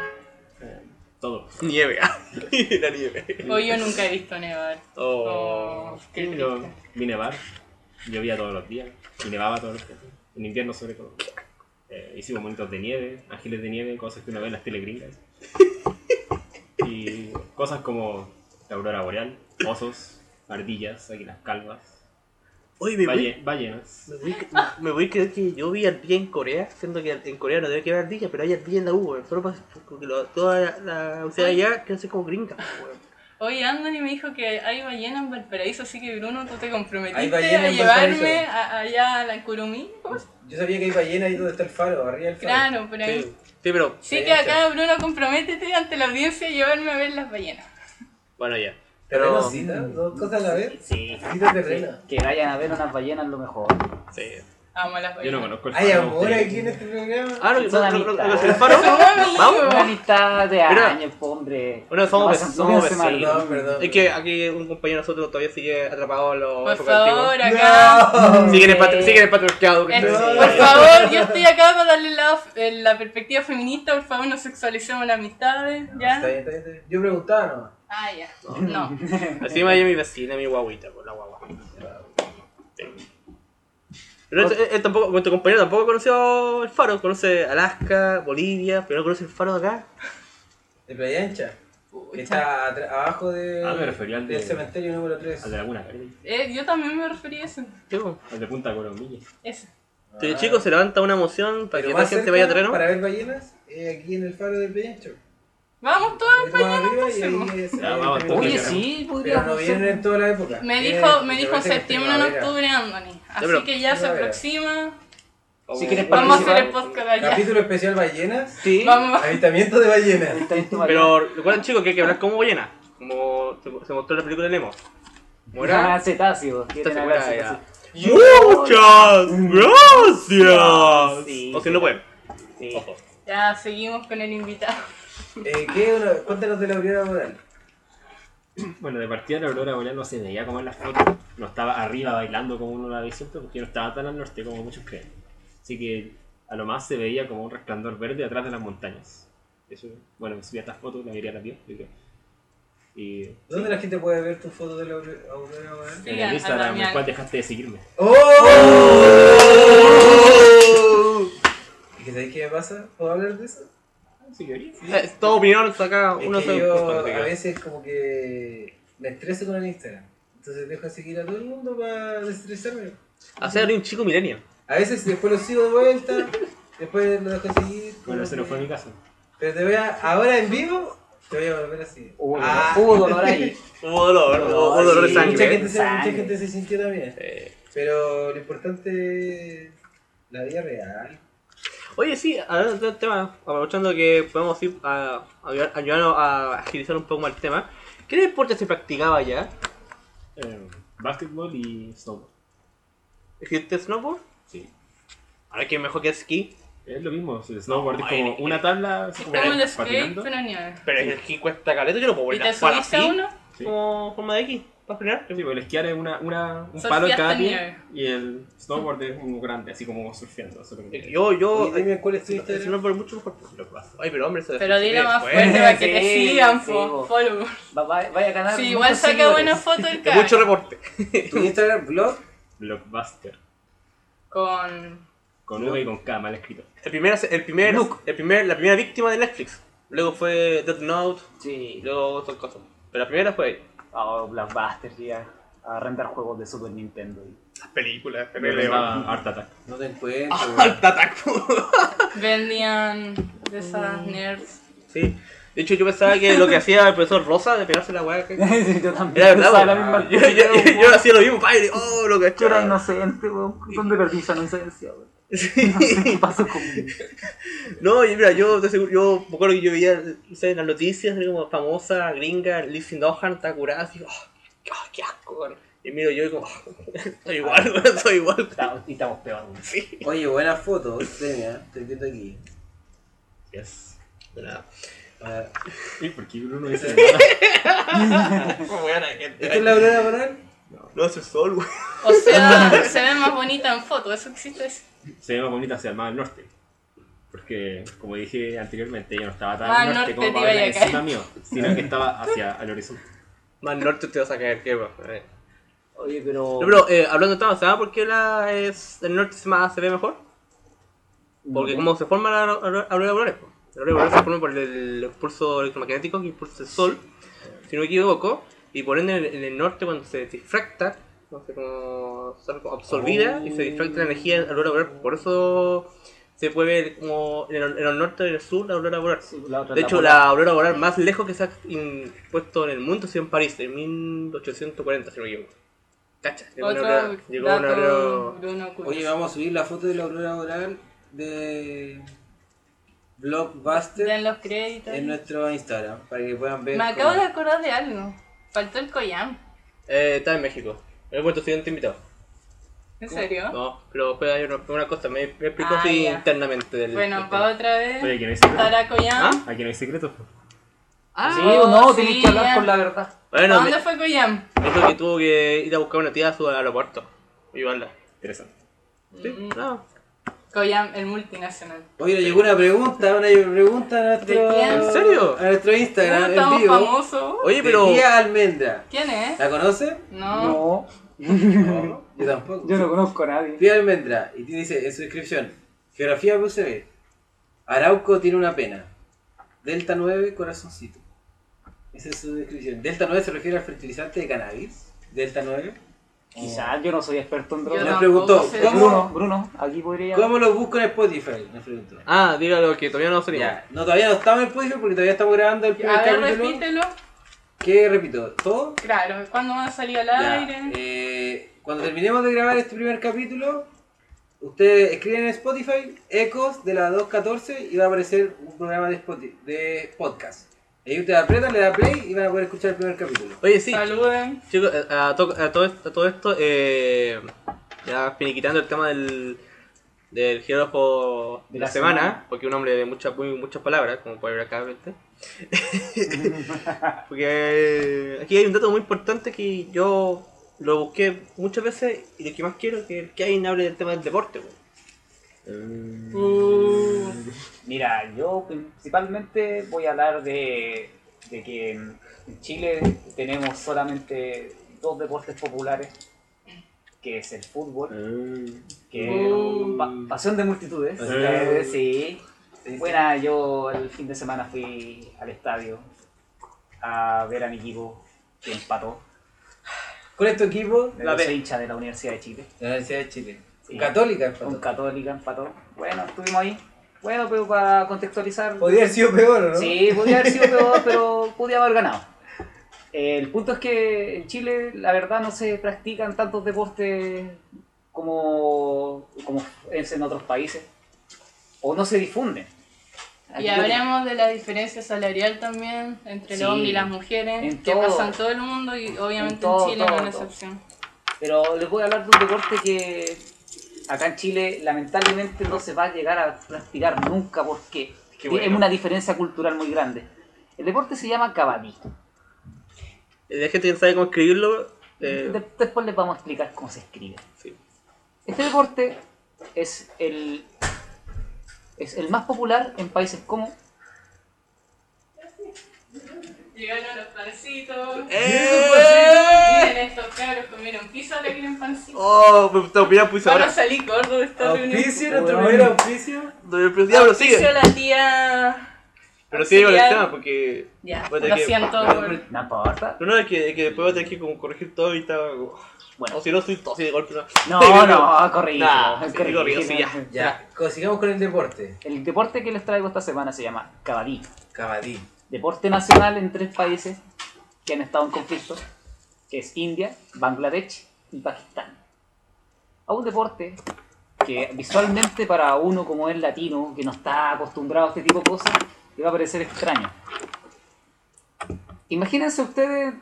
Speaker 7: Eh, Todo.
Speaker 4: Nieve, ah. la nieve.
Speaker 3: O yo nunca he visto nevar.
Speaker 4: Oh.
Speaker 3: Oh, qué
Speaker 7: Sí, yo vi nevar, llovía todos los días, y nevaba todos los días, en invierno sobre todo. Eh, hicimos monitos de nieve, ángeles de nieve, cosas que uno ve en las telegringas. Y cosas como la aurora boreal, osos, ardillas, águilas calvas,
Speaker 4: Oye, me voy,
Speaker 7: balle- ballenas.
Speaker 4: me, voy, me voy a creer que yo vi al día en Corea, siendo que en Corea no debe que haber ardilla, pero hay ardilla en la U, weón. Solo pasa- porque lo- toda la la sociedad allá quiere ser como gringa, weón.
Speaker 3: Hoy Anthony me dijo que hay ballena en Valparaíso, así que Bruno, tú te
Speaker 2: Hay
Speaker 3: comprometiste
Speaker 2: ballena
Speaker 3: a
Speaker 2: en
Speaker 3: llevarme
Speaker 2: Valparaíso.
Speaker 3: a- allá a la Curumí. ¿Cómo se-
Speaker 2: Yo sabía que hay ballena ahí donde está el faro, arriba del faro.
Speaker 3: Claro, por ahí.
Speaker 4: Sí, sí, pero.
Speaker 3: Sí,
Speaker 2: sí,
Speaker 3: que acá Bruno, comprométete ante la audiencia a llevarme a ver las ballenas.
Speaker 4: Bueno, ya.
Speaker 2: Pero...
Speaker 4: Pero.
Speaker 2: dos cosas a la vez.
Speaker 5: Sí.
Speaker 2: Cita terreno.
Speaker 5: Que vayan a ver unas ballenas lo mejor.
Speaker 4: Sí.
Speaker 3: Amo las
Speaker 7: Yo no
Speaker 3: ballenas.
Speaker 7: conozco el
Speaker 2: Hay
Speaker 7: faro,
Speaker 2: amor
Speaker 7: ustedes-
Speaker 2: aquí en este programa.
Speaker 4: Ah, no, no,
Speaker 5: Son
Speaker 4: no, no,
Speaker 5: amistades.
Speaker 4: no, el faro.
Speaker 3: Son
Speaker 4: Vamos.
Speaker 5: Una amistad de
Speaker 4: Mira.
Speaker 5: años, po, hombre.
Speaker 4: Bueno, somos
Speaker 5: No,
Speaker 4: vecinos,
Speaker 5: no
Speaker 4: somos
Speaker 5: me hace mal.
Speaker 4: vecinos.
Speaker 2: Perdón, perdón.
Speaker 4: Es que aquí un compañero de nosotros todavía sigue atrapado en los
Speaker 3: Por
Speaker 4: época antigua.
Speaker 3: favor, acá.
Speaker 4: Sigue en el, patri- sigue en el patriarcado.
Speaker 3: Es-
Speaker 4: No.
Speaker 3: Por favor, yo estoy acá para darle la, eh, la perspectiva feminista, por favor no sexualicemos las amistades, ¿ya?
Speaker 2: Está bien, está bien, está bien. Yo preguntaba nomás.
Speaker 3: Ah, ya. No.
Speaker 4: pues, Encima hay mi vecina, mi guaguita, por la guagua. Sí. Pero él, él tampoco, nuestro compañero tampoco conoció el faro, conoce Alaska, Bolivia, pero no conoce el faro de acá.
Speaker 8: De Playa Ancha. Que está atr- abajo de,
Speaker 7: Ah, me refería al de-
Speaker 8: del cementerio número 3.
Speaker 7: Al de Laguna Verde,
Speaker 3: Eh, yo también me refería a eso.
Speaker 4: Sí, po.
Speaker 7: al de Punta Coromilla.
Speaker 3: Eso.
Speaker 4: Entonces, chicos, se levanta una
Speaker 8: Ah.
Speaker 4: moción para
Speaker 8: Pero
Speaker 4: que
Speaker 8: más
Speaker 4: la gente
Speaker 8: cerca
Speaker 4: vaya a terreno.
Speaker 8: Para ver ballenas, eh, aquí en el faro del Pellancho.
Speaker 3: Ah, Vamos todos pues.
Speaker 8: Es
Speaker 3: al
Speaker 8: más
Speaker 3: pañuelo
Speaker 8: arriba y
Speaker 3: entonces.
Speaker 8: ahí es.
Speaker 7: Ya,
Speaker 8: ahí
Speaker 7: vamos,
Speaker 8: termina.
Speaker 7: todo
Speaker 5: Oye,
Speaker 7: Oye,
Speaker 5: sí,
Speaker 8: Pero no
Speaker 5: podríamos
Speaker 8: vienen en toda la época.
Speaker 3: Me
Speaker 2: Eh,
Speaker 8: Vienen-
Speaker 3: dijo, me
Speaker 8: me
Speaker 3: dijo
Speaker 8: parece que es
Speaker 3: septiembre en
Speaker 8: primavera.
Speaker 3: octubre, Anthony. Así
Speaker 4: pero-
Speaker 3: que ya se
Speaker 8: primavera.
Speaker 3: aproxima.
Speaker 5: Si quieres
Speaker 3: Vamos a hacer
Speaker 5: participar,
Speaker 3: el podcast allá.
Speaker 8: Capítulo especial ballenas.
Speaker 3: <laughs>
Speaker 5: Sí.
Speaker 3: Vamos.
Speaker 8: Habitamiento de ballenas.
Speaker 5: Está bien, toma.
Speaker 4: Pero recuerden, chicos, que hay que hablar como ballena, como se, se mostró en la película de Nemo.
Speaker 5: Ah,
Speaker 4: Muera.
Speaker 5: cetáceos,
Speaker 4: esta
Speaker 5: quieren
Speaker 4: se
Speaker 5: hablar
Speaker 4: muera ya.
Speaker 5: cetáceos.
Speaker 4: ¡Muchas
Speaker 8: Mm.
Speaker 4: gracias!
Speaker 5: Sí.
Speaker 4: o si no pueden.
Speaker 5: Sí.
Speaker 4: Ojo.
Speaker 3: Ya seguimos con el invitado.
Speaker 8: Eh, ¿qué? Una, cuéntanos de la aurora boreal.
Speaker 7: Bueno, de partida la aurora boreal no se veía como en las fotos. No estaba arriba bailando como uno la ve siempre, porque no estaba tan al norte como muchos creen. Así que a lo más se veía como un resplandor verde atrás de las montañas. Eso, bueno, subí estas fotos, la mayoría las vio, yo creo. Y
Speaker 8: ¿Dónde la gente puede ver tus fotos de la aure- aurora boreal?
Speaker 7: en
Speaker 3: Sigan a
Speaker 7: el Instagram,
Speaker 3: Damián.
Speaker 7: el cual dejaste de seguirme.
Speaker 8: ¡Oh! ¿Y qué sabéis qué me pasa? ¿Puedo hablar de eso?
Speaker 7: Así que ahorita-
Speaker 4: Eh, <laughs> Todo opinión saca
Speaker 8: Es
Speaker 4: uno
Speaker 8: que
Speaker 4: sabe-
Speaker 8: yo
Speaker 4: no sé qué.
Speaker 8: a veces como que me estreso con el Instagram. Entonces dejo de seguir a todo el mundo para desestresarme.
Speaker 4: Hacer un chico milenio.
Speaker 8: A veces después lo sigo de vuelta, después lo dejo de seguir. como
Speaker 7: Bueno, ese no
Speaker 8: que-
Speaker 7: fue mi caso.
Speaker 8: Pero te voy a, ahora en vivo, te voy a volver así. Ah,
Speaker 5: Hubo dolor- hubo dolor ahí.
Speaker 4: Hubo dolor, hubo hubo dolor de
Speaker 5: sí,
Speaker 8: mucha,
Speaker 4: sangre.
Speaker 8: gente se, mucha
Speaker 5: Sangre.
Speaker 8: gente se sintió también.
Speaker 4: Eh,
Speaker 8: Pero lo importante es la vida real.
Speaker 4: Oye, sí, hablando del tema, aprovechando que podemos ir a, a ayudar- ayudarnos a agilizar un poco más el tema, ¿qué deporte se practicaba ya?
Speaker 7: Eh, básquetbol y snowboard.
Speaker 4: ¿Existe snowboard?
Speaker 7: Sí.
Speaker 4: Ahora que mejor que esquí.
Speaker 7: Es lo mismo, el snowboard es
Speaker 4: Ay,
Speaker 7: como una tabla así
Speaker 3: Es
Speaker 7: como
Speaker 3: como el skate,
Speaker 7: patinando.
Speaker 3: pero nieve.
Speaker 4: Pero el esquí cuesta caleta, yo no puedo
Speaker 3: ¿Y
Speaker 4: volver
Speaker 3: te
Speaker 4: a jugar
Speaker 3: subiste a
Speaker 4: así.
Speaker 3: uno?
Speaker 7: Sí.
Speaker 4: Como forma de esquí, para frenar.
Speaker 7: Sí, pues el esquiar es una, una, un
Speaker 3: Surfeaste
Speaker 7: palo en cada
Speaker 3: en
Speaker 7: pie
Speaker 3: nieve.
Speaker 7: y el snowboard es un grande, así como surfeando. Eso es lo que quiero
Speaker 4: Yo, yo.
Speaker 8: Oye, dime cuál es tu
Speaker 4: el
Speaker 8: Instagram.
Speaker 4: snowboard es mucho mejor.
Speaker 7: decir. Lo que pasa.
Speaker 4: Ay, pero hombre, se
Speaker 3: Pero dilo más
Speaker 4: después.
Speaker 3: fuerte para que te
Speaker 5: Sí,
Speaker 3: sigan,
Speaker 5: sí,
Speaker 3: po,
Speaker 5: vos.
Speaker 3: follow.
Speaker 5: <laughs> Va- va- Vaya a ganar.
Speaker 3: Sí, igual
Speaker 5: muchos
Speaker 3: saca
Speaker 5: seguidores.
Speaker 3: buena foto
Speaker 4: <laughs>
Speaker 3: el
Speaker 4: De
Speaker 3: cara.
Speaker 4: mucho reporte.
Speaker 2: ¿Tu
Speaker 8: <laughs>
Speaker 2: Instagram blog?
Speaker 7: Blockbuster.
Speaker 3: Con...
Speaker 7: Con V y con K, mal escrito.
Speaker 4: El primer, el primer, el primer, la primera víctima de Netflix. Luego fue Death Note y
Speaker 5: Sí.
Speaker 4: luego otras cosas. Pero la primera fue
Speaker 5: Oh, Blockbuster, ya. A rentar juegos de Super <laughs> Nintendo.
Speaker 4: las películas.
Speaker 7: Me
Speaker 5: <laughs>
Speaker 7: llamaba Art Attack.
Speaker 2: No te encuentro.
Speaker 8: Ah,
Speaker 2: weón.
Speaker 4: Alta Taco.
Speaker 3: Vendían de esas nerds.
Speaker 4: Sí. De hecho, yo pensaba que lo que hacía el profesor Rosa de pegarse la
Speaker 5: <laughs>
Speaker 4: weá. que-
Speaker 5: Sí, yo también.
Speaker 4: Era verdad,
Speaker 5: pensaba la
Speaker 4: weón.
Speaker 5: misma
Speaker 4: <laughs> yo,
Speaker 5: cosa,
Speaker 4: yo- yo-
Speaker 5: weón.
Speaker 4: yo hacía lo mismo, padre. Oh, lo que
Speaker 5: Yo era inocente, weón. ¿Dónde perdí esa inocencia, weón? ¿Qué pasó conmigo?
Speaker 4: No, y mira, yo te seguro, yo me acuerdo que yo veía, no sé, en las noticias, así como famosa, gringa, Lizzie Lohan, está curada, así, oh, qué, ah, qué asco, weón. Y miro yo y como, <laughs> soy igual,
Speaker 5: Ah.
Speaker 4: weón, soy igual.
Speaker 5: Está- Y estamos peor, weón.
Speaker 2: Oye, buena foto. Tenía, estoy viendo aquí.
Speaker 7: Yes.
Speaker 4: De nada.
Speaker 2: Ah,
Speaker 7: ¿Y por qué Bruno dice nada?
Speaker 4: Como weón, la gente.
Speaker 2: ¿Esta es la aurora boreal?
Speaker 4: No hace sol, weón.
Speaker 3: O sea, se ve más bonita en foto, eso existe.
Speaker 7: <laughs> Se ve más bonita hacia el mar del norte. Porque, como dije anteriormente, yo no estaba tan
Speaker 3: Ah,
Speaker 7: al norte,
Speaker 3: norte
Speaker 7: como
Speaker 3: te
Speaker 7: para
Speaker 3: iba
Speaker 7: verla
Speaker 3: a caer.
Speaker 7: encima mío, sino que estaba hacia el horizonte.
Speaker 4: Más norte te vas a caer, qué weón. Eh.
Speaker 5: Oye, pero.
Speaker 4: No, pero eh, hablando de tema, ¿sabes por qué la es, el norte se, más, se ve mejor? Porque como se forma la aurora aurora boreal, po. la aurora boreal se forma por el impulso electromagnético que impulsa el sol, si no me equivoco, y por ende en el- en el norte cuando se difracta, no sé cómo, sale como absorbida y se difracta la energía de la aurora boreal, por eso se puede ver como en el, en el norte y en el sur la aurora boreal.
Speaker 5: Sí, la otra
Speaker 4: De
Speaker 5: la
Speaker 4: hecho,
Speaker 5: bola.
Speaker 4: la aurora boreal más lejos que se ha impuesto en el mundo ha sido en París, en 1840, si no me equivoco. Cacha, llegó una
Speaker 3: Otro
Speaker 4: aurora- llegó una
Speaker 3: dato
Speaker 4: aurora-
Speaker 3: Bruno
Speaker 2: Oye,
Speaker 3: curioso.
Speaker 2: vamos a subir la foto de la aurora boreal de
Speaker 3: Den
Speaker 2: Blockbuster
Speaker 3: los créditos.
Speaker 2: en nuestro Instagram para que puedan ver.
Speaker 3: Me acabo de
Speaker 2: cómo-
Speaker 3: acordar de algo. Faltó el Koyam.
Speaker 4: Eh, está en México. Me he puesto estudiante invitado.
Speaker 3: ¿En serio?
Speaker 4: No, pero pues, hay una, una cosa, me, me explico
Speaker 3: Ah,
Speaker 4: así
Speaker 3: ya.
Speaker 4: internamente del.
Speaker 3: Bueno,
Speaker 4: del
Speaker 3: para
Speaker 4: tema.
Speaker 3: otra
Speaker 7: Oye, ¿Ah?
Speaker 3: vez.
Speaker 7: que no hay secreto.
Speaker 3: Tara Koyam.
Speaker 7: Aquí no hay secreto.
Speaker 5: Sí,
Speaker 3: Ah,
Speaker 5: o no,
Speaker 3: sí,
Speaker 5: tenés que hablar
Speaker 3: ya.
Speaker 5: con la verdad.
Speaker 3: ¿A
Speaker 4: Bueno, me,
Speaker 3: dónde fue Koyam?
Speaker 4: me dijo que tuvo que ir a buscar una tía a su aeropuerto. Y llevarla.
Speaker 7: Interesante.
Speaker 4: Sí,
Speaker 3: Mm.
Speaker 4: no.
Speaker 3: Koyam, el multinacional.
Speaker 2: Oye, llegó una pregunta, una pregunta a nuestro.
Speaker 3: ¿De quién?
Speaker 4: ¿En serio?
Speaker 2: A nuestro Instagram, en
Speaker 3: Uh, Estamos
Speaker 2: vivo.
Speaker 3: famosos.
Speaker 4: Oye,
Speaker 2: de
Speaker 4: pero.
Speaker 2: Tía Almendra. <laughs>
Speaker 3: ¿Quién es?
Speaker 2: ¿La conoce?
Speaker 3: No.
Speaker 5: No.
Speaker 8: Yo tampoco.
Speaker 5: Yo no conozco a nadie.
Speaker 2: Fidel Almendra, y dice en su descripción, geografía UCB, Arauco tiene una pena, Delta 9, corazoncito. Esa es su descripción. Delta 9 se refiere al fertilizante de cannabis, Delta 9.
Speaker 5: Quizás yo no soy experto en
Speaker 3: Yo
Speaker 5: drogas.
Speaker 2: Nos
Speaker 3: tampoco
Speaker 2: preguntó,
Speaker 3: sé.
Speaker 2: ¿cómo,
Speaker 5: Bruno, Bruno, aquí podría.
Speaker 2: ¿cómo lo busco en Spotify? Nos preguntó.
Speaker 4: Ah, dígalo que todavía no salimos.
Speaker 2: Ya, no, todavía no estamos en Spotify porque todavía estamos grabando el primer
Speaker 3: A ver,
Speaker 2: capítulo.
Speaker 3: repítelo.
Speaker 2: ¿Qué repito? ¿Todo?
Speaker 3: Claro, ¿cuándo va a salir al
Speaker 2: Ya,
Speaker 3: aire?
Speaker 2: eh, cuando terminemos de grabar este primer capítulo, ustedes escriben en Spotify Ecos de la 214 y va a aparecer un programa de, Spoti- de podcast. Ahí ustedes aprietan, le da play y van a poder escuchar el primer capítulo.
Speaker 4: Oye, sí,
Speaker 3: Saluden.
Speaker 4: chicos, eh, a, a to- a todo, esto- a todo esto, eh, ya finiquitando el tema del, del geógrafo de
Speaker 5: De
Speaker 4: la
Speaker 5: la
Speaker 4: semana,
Speaker 5: semana.
Speaker 4: porque un hombre de muchas muy, muchas palabras, como puede ver acá, ¿viste? porque eh, aquí hay un dato muy importante que yo lo busqué muchas veces y lo que más quiero es que el que hay hable del tema del deporte. güey.
Speaker 3: Uh,
Speaker 5: Mira, yo principalmente voy a hablar de, de que en Chile tenemos solamente dos deportes populares, que es el fútbol, que
Speaker 3: Uh.
Speaker 5: pa- pasión de multitudes.
Speaker 7: Sí.
Speaker 5: eh, Sí. Buena, yo el fin de semana fui al estadio a ver a mi equipo que empató.
Speaker 2: Con este equipo,
Speaker 5: Yo
Speaker 2: la
Speaker 5: soy
Speaker 2: B.
Speaker 5: hincha de la Universidad de Chile.
Speaker 2: La Universidad de Chile.
Speaker 5: Sí.
Speaker 2: Católica,
Speaker 5: Un
Speaker 2: empató.
Speaker 5: católica empató. Bueno, estuvimos ahí. Bueno, pero para contextualizar.
Speaker 8: Podría haber sido peor, ¿o ¿no?
Speaker 5: Sí, podía haber sido peor, pero podía haber ganado. Eh, El punto es que en Chile, la verdad, no se practican tantos deportes como, como es en otros países. O no se difunden. Aquí
Speaker 3: y
Speaker 5: yo-
Speaker 3: hablemos de la diferencia salarial también entre el
Speaker 5: Sí.
Speaker 3: hombre y las mujeres,
Speaker 5: En
Speaker 3: que
Speaker 5: todo.
Speaker 3: pasa en todo el mundo y obviamente en,
Speaker 5: En todo,
Speaker 3: Chile
Speaker 5: todo,
Speaker 3: no es la
Speaker 5: todo.
Speaker 3: excepción.
Speaker 5: Pero les voy a hablar de un deporte que acá en Chile lamentablemente no se va a llegar a practicar nunca porque
Speaker 4: Qué bueno.
Speaker 5: es una diferencia cultural muy grande. El deporte se llama kabaddi.
Speaker 4: Eh, La gente que sabe cómo escribirlo, eh,
Speaker 5: De- después les vamos a explicar cómo se escribe.
Speaker 4: sí.
Speaker 5: Este deporte es el, es el más popular en países como
Speaker 3: Llegaron los pancitos.
Speaker 4: ¡Eh!
Speaker 3: Miren estos cabros comieron pizza, ahora quieren pancitos.
Speaker 4: Oh, me te opinas puse
Speaker 3: Van a
Speaker 4: ahora.
Speaker 3: salir gordos de esta
Speaker 8: Auspicio,
Speaker 3: reunión.
Speaker 8: nuestro primer auspicio.
Speaker 4: Diablo, sigue.
Speaker 3: Auspicio la tía...
Speaker 4: Pero sigue con el
Speaker 3: auxiliar.
Speaker 4: tema porque.
Speaker 3: Ya,
Speaker 4: Bueno,
Speaker 3: lo
Speaker 4: que-
Speaker 3: siento por...
Speaker 5: no importa.
Speaker 4: No, no, es que, es que después va a tener que como corregir todo y tal.
Speaker 5: Bueno,
Speaker 4: O si no, soy todo así de golpe. No, <laughs>
Speaker 5: no, no, corrí.
Speaker 4: Nah, sí, corrí, sí, ya.
Speaker 8: Ya, co- sigamos con el deporte.
Speaker 5: El deporte que les traigo esta semana se llama kabaddi.
Speaker 8: Cabadí.
Speaker 5: Deporte nacional en tres países que han estado en conflicto, que es India, Bangladesh y Pakistán. A un deporte que visualmente para uno como es latino, que no está acostumbrado a este tipo de cosas, le va a parecer extraño. Imagínense ustedes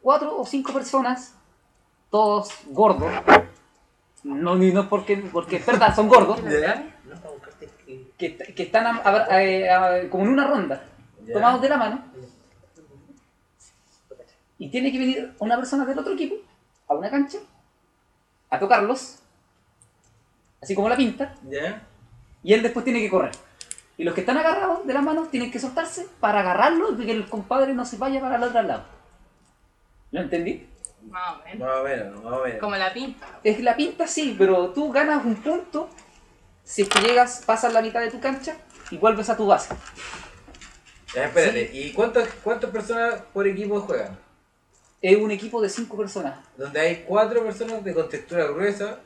Speaker 5: cuatro o cinco personas, todos gordos, no, ni- no es porque, porque es verdad, son gordos, que, est- que están a- a- eh, a- como en una ronda, tomados de la mano, y tiene que venir una persona del otro equipo a una cancha a tocarlos, así como la pinta,
Speaker 8: ¿Ya?
Speaker 5: y él después tiene que correr. Y los que están agarrados de las manos tienen que soltarse para agarrarlo y que el compadre no se vaya para el otro lado. ¿Lo entendí?
Speaker 3: Más o menos.
Speaker 8: Más o menos, más o menos.
Speaker 3: Como la pinta.
Speaker 5: Es que la pinta sí, pero tú ganas un punto si es que llegas, pasas la mitad de tu cancha y vuelves a tu base.
Speaker 8: Ya, espérate. ¿Y cuántas cuántas personas por equipo juegan?
Speaker 5: Es un equipo de cinco personas.
Speaker 8: Donde hay cuatro personas de contextura gruesa.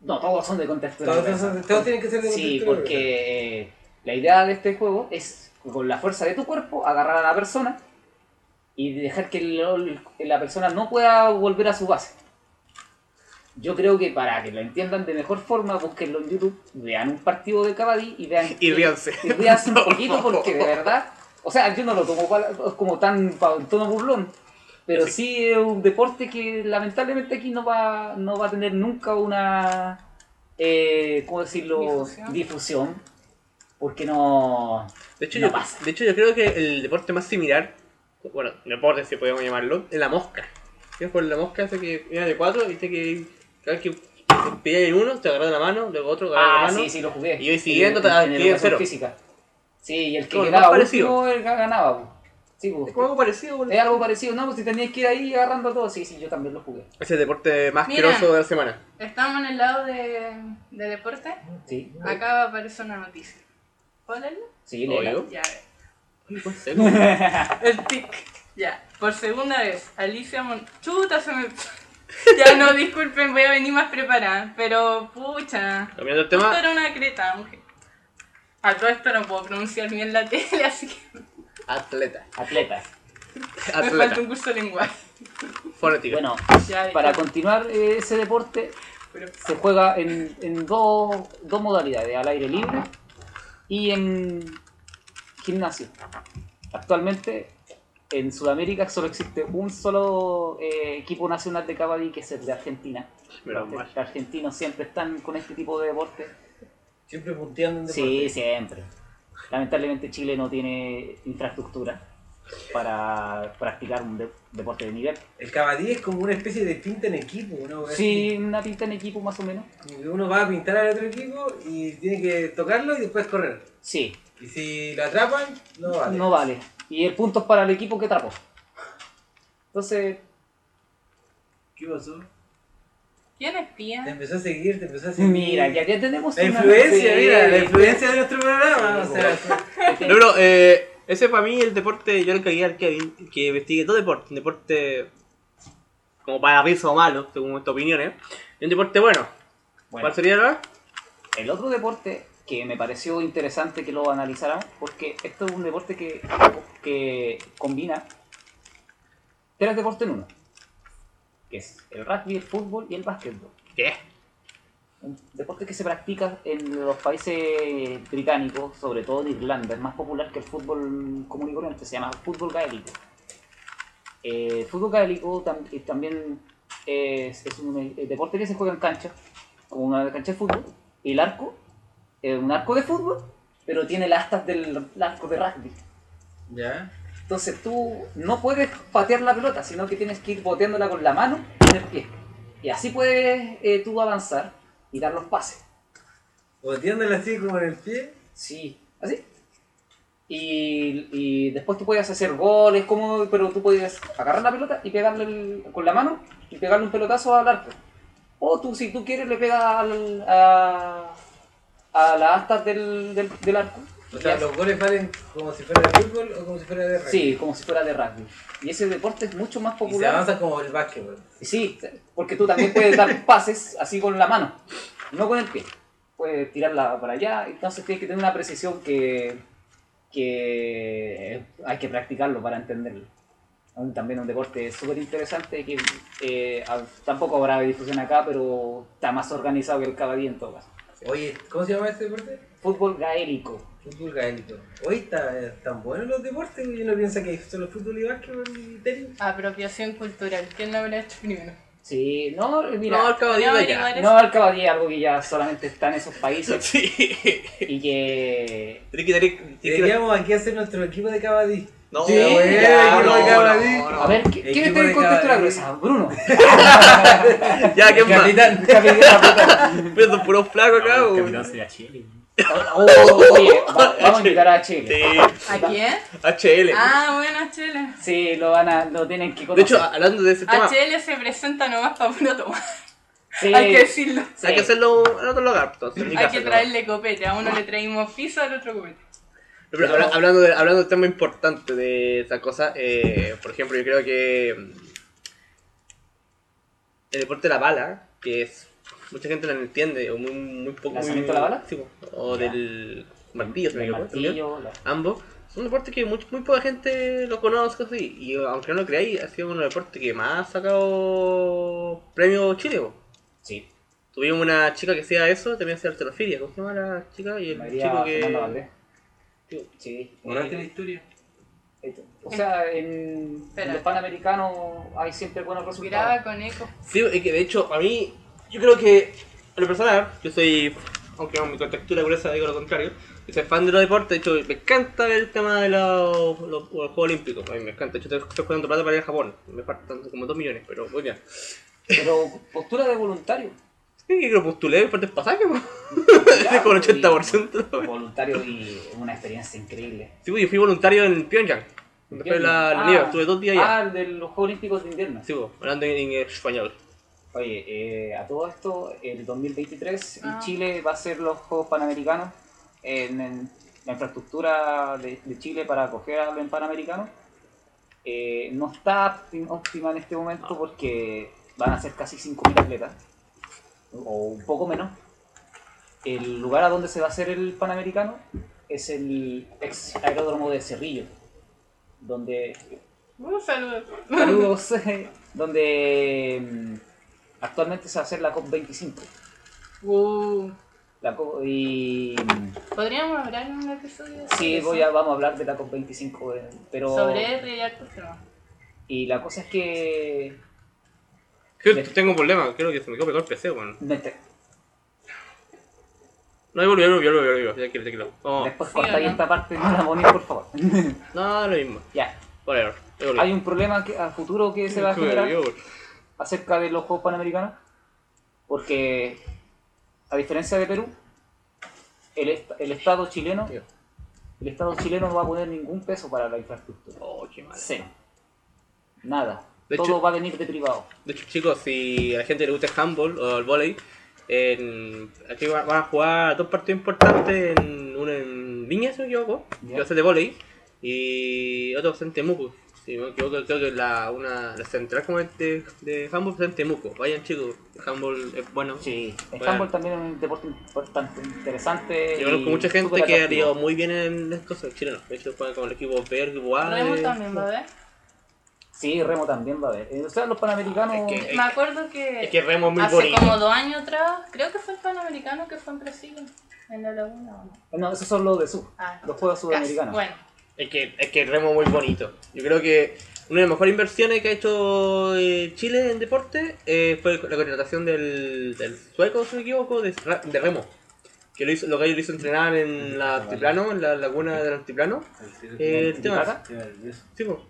Speaker 5: No, todos son de contexto.
Speaker 8: Todos, son- todos tienen que ser de
Speaker 5: Sí,
Speaker 8: contextura gruesa.
Speaker 5: porque eh, la idea de este juego es con la fuerza de tu cuerpo agarrar a la persona y dejar que el- la persona no pueda volver a su base. Yo creo que para que lo entiendan de mejor forma, búsquenlo en YouTube, vean un partido de Kabaddi y vean.
Speaker 4: Y ríanse.
Speaker 5: Y ríanse
Speaker 4: <laughs>
Speaker 5: un poquito porque de verdad. O sea, yo no lo tomo pa- como tan pa- en tono burlón. Pero sí es un deporte que lamentablemente aquí no va, no va a tener nunca una. eh, ¿Cómo decirlo?
Speaker 3: Difusión.
Speaker 5: Difusión, porque no.
Speaker 4: De hecho,
Speaker 5: No
Speaker 4: yo,
Speaker 5: pasa.
Speaker 4: de hecho, yo creo que el deporte más similar, bueno, deporte si podemos llamarlo, es la mosca. Es por la mosca esa que era de cuatro y tiene que cada vez que pillas en uno, te agarra de la mano, luego otro agarra
Speaker 5: Ah,
Speaker 4: de la mano.
Speaker 5: sí, sí, lo jugué.
Speaker 4: Y hoy siguiendo
Speaker 5: En- en
Speaker 4: adquirí
Speaker 5: educación
Speaker 4: cero.
Speaker 5: física. Sí, y el que
Speaker 4: Con lo más
Speaker 5: quedaba
Speaker 4: parecido.
Speaker 5: último el que ganaba. po. Sí, pues,
Speaker 4: Es como algo parecido, boludo.
Speaker 5: es algo parecido, ¿no? Pues si tenías que ir ahí agarrando todo, sí, sí, yo también lo jugué.
Speaker 4: Es el deporte más
Speaker 3: Mira.
Speaker 4: asqueroso de la semana.
Speaker 3: Estamos en el lado de, de deporte.
Speaker 5: Sí,
Speaker 3: Acá aparece una noticia. ¿Puedo leerla?
Speaker 5: sí,
Speaker 4: Obvio.
Speaker 5: léela.
Speaker 3: Ya,
Speaker 4: ¿En <laughs> serio?
Speaker 3: el tic. Ya, por segunda vez, Alicia Mon... Chuta, se me... <laughs> ya no, disculpen, voy a venir más preparada, pero pucha.
Speaker 4: Cambiando el
Speaker 3: Esto
Speaker 4: tema.
Speaker 3: era una creta, mujer. A todo esto no puedo pronunciar bien la tele, <laughs> así que
Speaker 4: Atleta.
Speaker 5: Atleta.
Speaker 3: me falta
Speaker 4: Atleta.
Speaker 3: un curso de lenguaje.
Speaker 4: Fonética.
Speaker 5: Bueno,
Speaker 3: Ya, ya.
Speaker 5: para continuar eh, ese deporte,
Speaker 3: Pero-
Speaker 5: se juega en, en dos, dos modalidades, al aire libre y en gimnasio. Actualmente en Sudamérica solo existe un solo eh, equipo nacional de Kabaddi que es el de Argentina. <laughs>
Speaker 4: Menos
Speaker 5: Los
Speaker 4: mal.
Speaker 5: argentinos siempre están con este tipo de deporte.
Speaker 8: Siempre punteando en deporte.
Speaker 5: Sí, siempre. Lamentablemente Chile no tiene infraestructura para practicar un de- deporte de nivel.
Speaker 8: El cabadí es como una especie de pinta en equipo, ¿no? Es
Speaker 5: Sí, una pinta en equipo más o menos.
Speaker 8: como que Uno va a pintar al otro equipo y tiene que tocarlo y después correr.
Speaker 5: Sí,
Speaker 8: Y si lo atrapan, no vale.
Speaker 5: no vale. Y el punto es para el equipo que trapo. Entonces,
Speaker 8: ¿Qué pasó?
Speaker 3: ¿Quién
Speaker 8: Te
Speaker 5: Em-
Speaker 3: espía?
Speaker 8: empezó a seguir, te empezó a seguir.
Speaker 5: mira, ya, ya tenemos
Speaker 8: Mm. La
Speaker 5: una-
Speaker 8: influencia,
Speaker 5: Sí,
Speaker 8: mira, la influencia de nuestro programa.
Speaker 5: Sí,
Speaker 8: o sea,
Speaker 4: No, pero eh, ese para mí el deporte, yo le cagué al Kevin, que investigue dos deportes, un deporte como para risa o malo, según nuestras opiniones, y un deporte bueno.
Speaker 5: Bueno,
Speaker 4: ¿Cuál sería la?
Speaker 5: el otro deporte que me pareció interesante que lo analizáramos, porque esto es un deporte que, que combina tres deportes en uno, que es el rugby, el fútbol y el básquetbol.
Speaker 4: ¿Qué?
Speaker 5: un deporte que se practica en los países británicos, sobre todo en Irlanda, es más popular que el fútbol común y corriente, se llama fútbol gaélico. Eh, el fútbol gaélico tam- eh, también es, es un eh, deporte que se juega en cancha, como una cancha de fútbol, y el arco, es un arco de fútbol, pero tiene las astas del arco de rugby.
Speaker 8: ya.
Speaker 5: Entonces tú no puedes patear la pelota, sino que tienes que ir boteándola con la mano y con el pie. Y así puedes eh, tú avanzar y dar los pases.
Speaker 8: Boteándola así como en el pie.
Speaker 5: Sí, así. Y, y después tú puedes hacer goles, como, pero tú puedes agarrar la pelota y pegarle el- con la mano y pegarle un pelotazo al arco. O tú, si tú quieres, le pegas al- a, a las astas del, del, del arco.
Speaker 8: O
Speaker 5: Y
Speaker 8: sea,
Speaker 5: hace-
Speaker 8: los goles valen como si fuera de fútbol o como si fuera de rugby.
Speaker 5: Sí, como si fuera de rugby. Y ese deporte es mucho más
Speaker 8: Y se
Speaker 5: popular.
Speaker 8: avanza como el básquetbol.
Speaker 5: Sí, porque tú también puedes dar pases así con la mano, no con el pie. Puedes tirarla para allá, entonces tienes que tener una precisión que, que hay que practicarlo para entenderlo. Un- También un deporte súper interesante que eh, a- tampoco habrá difusión acá, pero está más organizado que el caballí en todo caso.
Speaker 8: Oye, ¿cómo se llama este deporte?
Speaker 5: Fútbol gaélico.
Speaker 8: Fútbol gaélico. Hoy está tan buenos los deportes, güey. uno piensa que solo fútbol y básquetbol y tenis.
Speaker 3: Apropiación cultural. ¿Quién lo habrá hecho primero?
Speaker 5: Sí, no,
Speaker 4: no,
Speaker 5: mira,
Speaker 4: el caballero
Speaker 3: Voy a
Speaker 4: ya.
Speaker 3: averiguar
Speaker 5: no,
Speaker 3: eso.
Speaker 5: el caballí es algo que ya solamente está en esos países
Speaker 4: Sí. Tienes
Speaker 5: y que
Speaker 4: que tener- tienes que-
Speaker 8: Deberíamos aquí hacer nuestro equipo de cabadí.
Speaker 4: No,
Speaker 5: Sí,
Speaker 4: no,
Speaker 5: ya,
Speaker 4: no,
Speaker 5: no,
Speaker 4: no, no.
Speaker 5: A ver, ¿qué-
Speaker 8: Equipo
Speaker 5: ¿quién está en
Speaker 8: de
Speaker 5: contextura
Speaker 8: caballería.
Speaker 5: gruesa? Bruno. <laughs>
Speaker 4: Ya, ¿qué
Speaker 8: El
Speaker 4: más?
Speaker 8: capitán.
Speaker 4: <laughs> Pero puro flaco
Speaker 7: No,
Speaker 4: acá,
Speaker 7: el
Speaker 4: güey.
Speaker 7: capitán sería Chile.
Speaker 5: Oh, oye, va- vamos a invitar a Chile.
Speaker 4: Sí,
Speaker 3: ¿A quién?
Speaker 4: HL.
Speaker 3: Ah, bueno, Chile.
Speaker 5: Sí, lo van a, lo tienen que
Speaker 4: De
Speaker 5: conocer.
Speaker 4: hecho, hablando de ese tema,
Speaker 3: HL se presenta nomás para puro tomar.
Speaker 5: Sí,
Speaker 3: Hay que decirlo.
Speaker 5: sí.
Speaker 4: hay que hacerlo en otro lugar. entonces, en mi
Speaker 3: Hay
Speaker 4: casa,
Speaker 3: que
Speaker 4: ¿no?
Speaker 3: traerle copete. A uno le traímos piso, al otro copete.
Speaker 4: Pero habla- hablando, de, hablando del tema importante de esa cosa, eh, por ejemplo, yo creo que mm, el deporte de la bala, que es mucha gente no lo entiende, o muy, muy poco.
Speaker 5: ¿Lanzamiento de
Speaker 4: muy-
Speaker 5: la bala?
Speaker 4: Sí, o
Speaker 5: Ya.
Speaker 4: del martillo, si no me
Speaker 5: El
Speaker 4: equivoco, también.
Speaker 5: martillo, la-
Speaker 4: Ambos. Son deportes que muy, muy poca gente lo conoce, así, y aunque no lo creáis, ha sido uno de los deportes que más ha sacado premio Chile. po.
Speaker 5: Sí,
Speaker 4: Tuvimos una chica que hacía eso, también hacía alterofilia, ¿cómo se llama la chica? Y el
Speaker 5: María
Speaker 4: chico que...
Speaker 5: Fernanda Valdés. Sí.
Speaker 2: Moraste la historia.
Speaker 5: O sea, en
Speaker 3: Espera.
Speaker 5: los panamericanos hay siempre buenos resultados.
Speaker 3: Graba con eco.
Speaker 4: Sí, es que de hecho, a mí, yo creo que, a lo personal, yo soy, aunque con mi contextura gruesa digo lo contrario, yo soy fan de los deportes, de hecho, me encanta ver el tema de los, los- los Juegos Olímpicos, a mí me encanta, de hecho, estoy estoy jugando plata para ir a Japón, me faltan como 2 millones, pero muy bien.
Speaker 5: Pero postura de voluntario.
Speaker 4: Sí, que lo postulé, me falta el pasaje, <laughs> po. Estoy como el 80%.
Speaker 5: Voluntario y una experiencia increíble.
Speaker 4: Sí, pues, yo fui voluntario en Pyongyang, Cuando fue la, la nieve, estuve dos días allá.
Speaker 5: Ah, el de los Juegos Olímpicos de Invierno.
Speaker 4: Sí, po, hablando en, en español.
Speaker 5: Oye, eh, a todo esto, el 2023
Speaker 3: Ah.
Speaker 5: en Chile va a ser los Juegos Panamericanos. En, en la infraestructura de, de Chile para acoger a los Panamericanos eh, no está óptim- óptima en este momento porque van a ser casi 5.000 atletas, o un poco menos. El lugar a donde se va a hacer el Panamericano es el ex aeródromo de Cerrillo, donde
Speaker 3: Un saludo.
Speaker 5: Saludos. <laughs> donde mm, actualmente se va a hacer la COP25.
Speaker 3: Uh,
Speaker 5: La co- y mm,
Speaker 3: Podríamos hablar en un episodio.
Speaker 5: sí, voy a, vamos a hablar de la COP25, eh, pero
Speaker 3: Sobre R y altos temas.
Speaker 5: y la cosa es que
Speaker 4: Creo que tengo un problema, creo que se me quedó pegado el PC, weón.
Speaker 5: no está-
Speaker 4: No, ahí volvió, ahí volvió, ahí volvió, ahí volvió. Tranquilo, tranquilo. Vamos.
Speaker 5: después
Speaker 3: Sí,
Speaker 5: corta ahí
Speaker 3: ¿no?
Speaker 5: esta parte, no la ponéis, por favor.
Speaker 4: Oh, No, lo mismo.
Speaker 5: ya,
Speaker 4: Whatever. ahí volvió.
Speaker 5: hay un problema que, a futuro que se va a
Speaker 4: Creo que
Speaker 5: generar.
Speaker 4: volvió, weón.
Speaker 5: acerca de los Juegos Panamericanos, porque a diferencia de Perú, el, est- el Estado chileno el Estado chileno no va a poner ningún peso para la infraestructura.
Speaker 4: Oh, qué mal.
Speaker 5: Cero. Nada.
Speaker 4: De
Speaker 5: Todo
Speaker 4: hecho-
Speaker 5: va a venir de privado.
Speaker 4: De hecho, chicos, si a la gente le gusta el handball o el volei, en- aquí va- van a jugar dos partidos importantes, en, uno en Viña, si no me equivoco, que va a ser de volei, y otro va a ser en Temuco. Si no me equivoco, creo que la, una, la central como este de handball va a ser en Temuco. Vayan, chicos, el handball es bueno.
Speaker 5: Sí. El
Speaker 4: Bueno.
Speaker 5: handball también es un deporte importante, interesante.
Speaker 4: Yo
Speaker 5: y
Speaker 4: conozco mucha gente
Speaker 5: súper
Speaker 4: que ha
Speaker 5: atractivo.
Speaker 4: ido muy bien en las cosas chilenas. De hecho, juegan con el equipo B, el equipo A.
Speaker 3: Remo
Speaker 4: eh,
Speaker 3: también, ¿verdad?
Speaker 5: Sí, remo también va a haber. Eh, O sea, los panamericanos.
Speaker 4: Es que-
Speaker 3: Me acuerdo que,
Speaker 4: Es que Remo es muy
Speaker 3: hace
Speaker 4: bonito.
Speaker 3: como dos años atrás, creo que fue el Panamericano que fue en Brasil, en la Laguna. ¿o no?
Speaker 5: eh, No, esos son los de sur.
Speaker 3: Ah,
Speaker 5: Los Juegos
Speaker 3: casi.
Speaker 5: Sudamericanos.
Speaker 3: Bueno,
Speaker 4: Es que, es que el remo es muy bonito. Yo creo que una de las mejores inversiones que ha hecho eh, Chile en deporte eh, fue la contratación del, del sueco, si no me equivoco, de, ra- de remo. Que lo hizo, lo que ellos lo hizo entrenar en la altiplano, en la laguna del altiplano. Eh, el tema. Sí, po.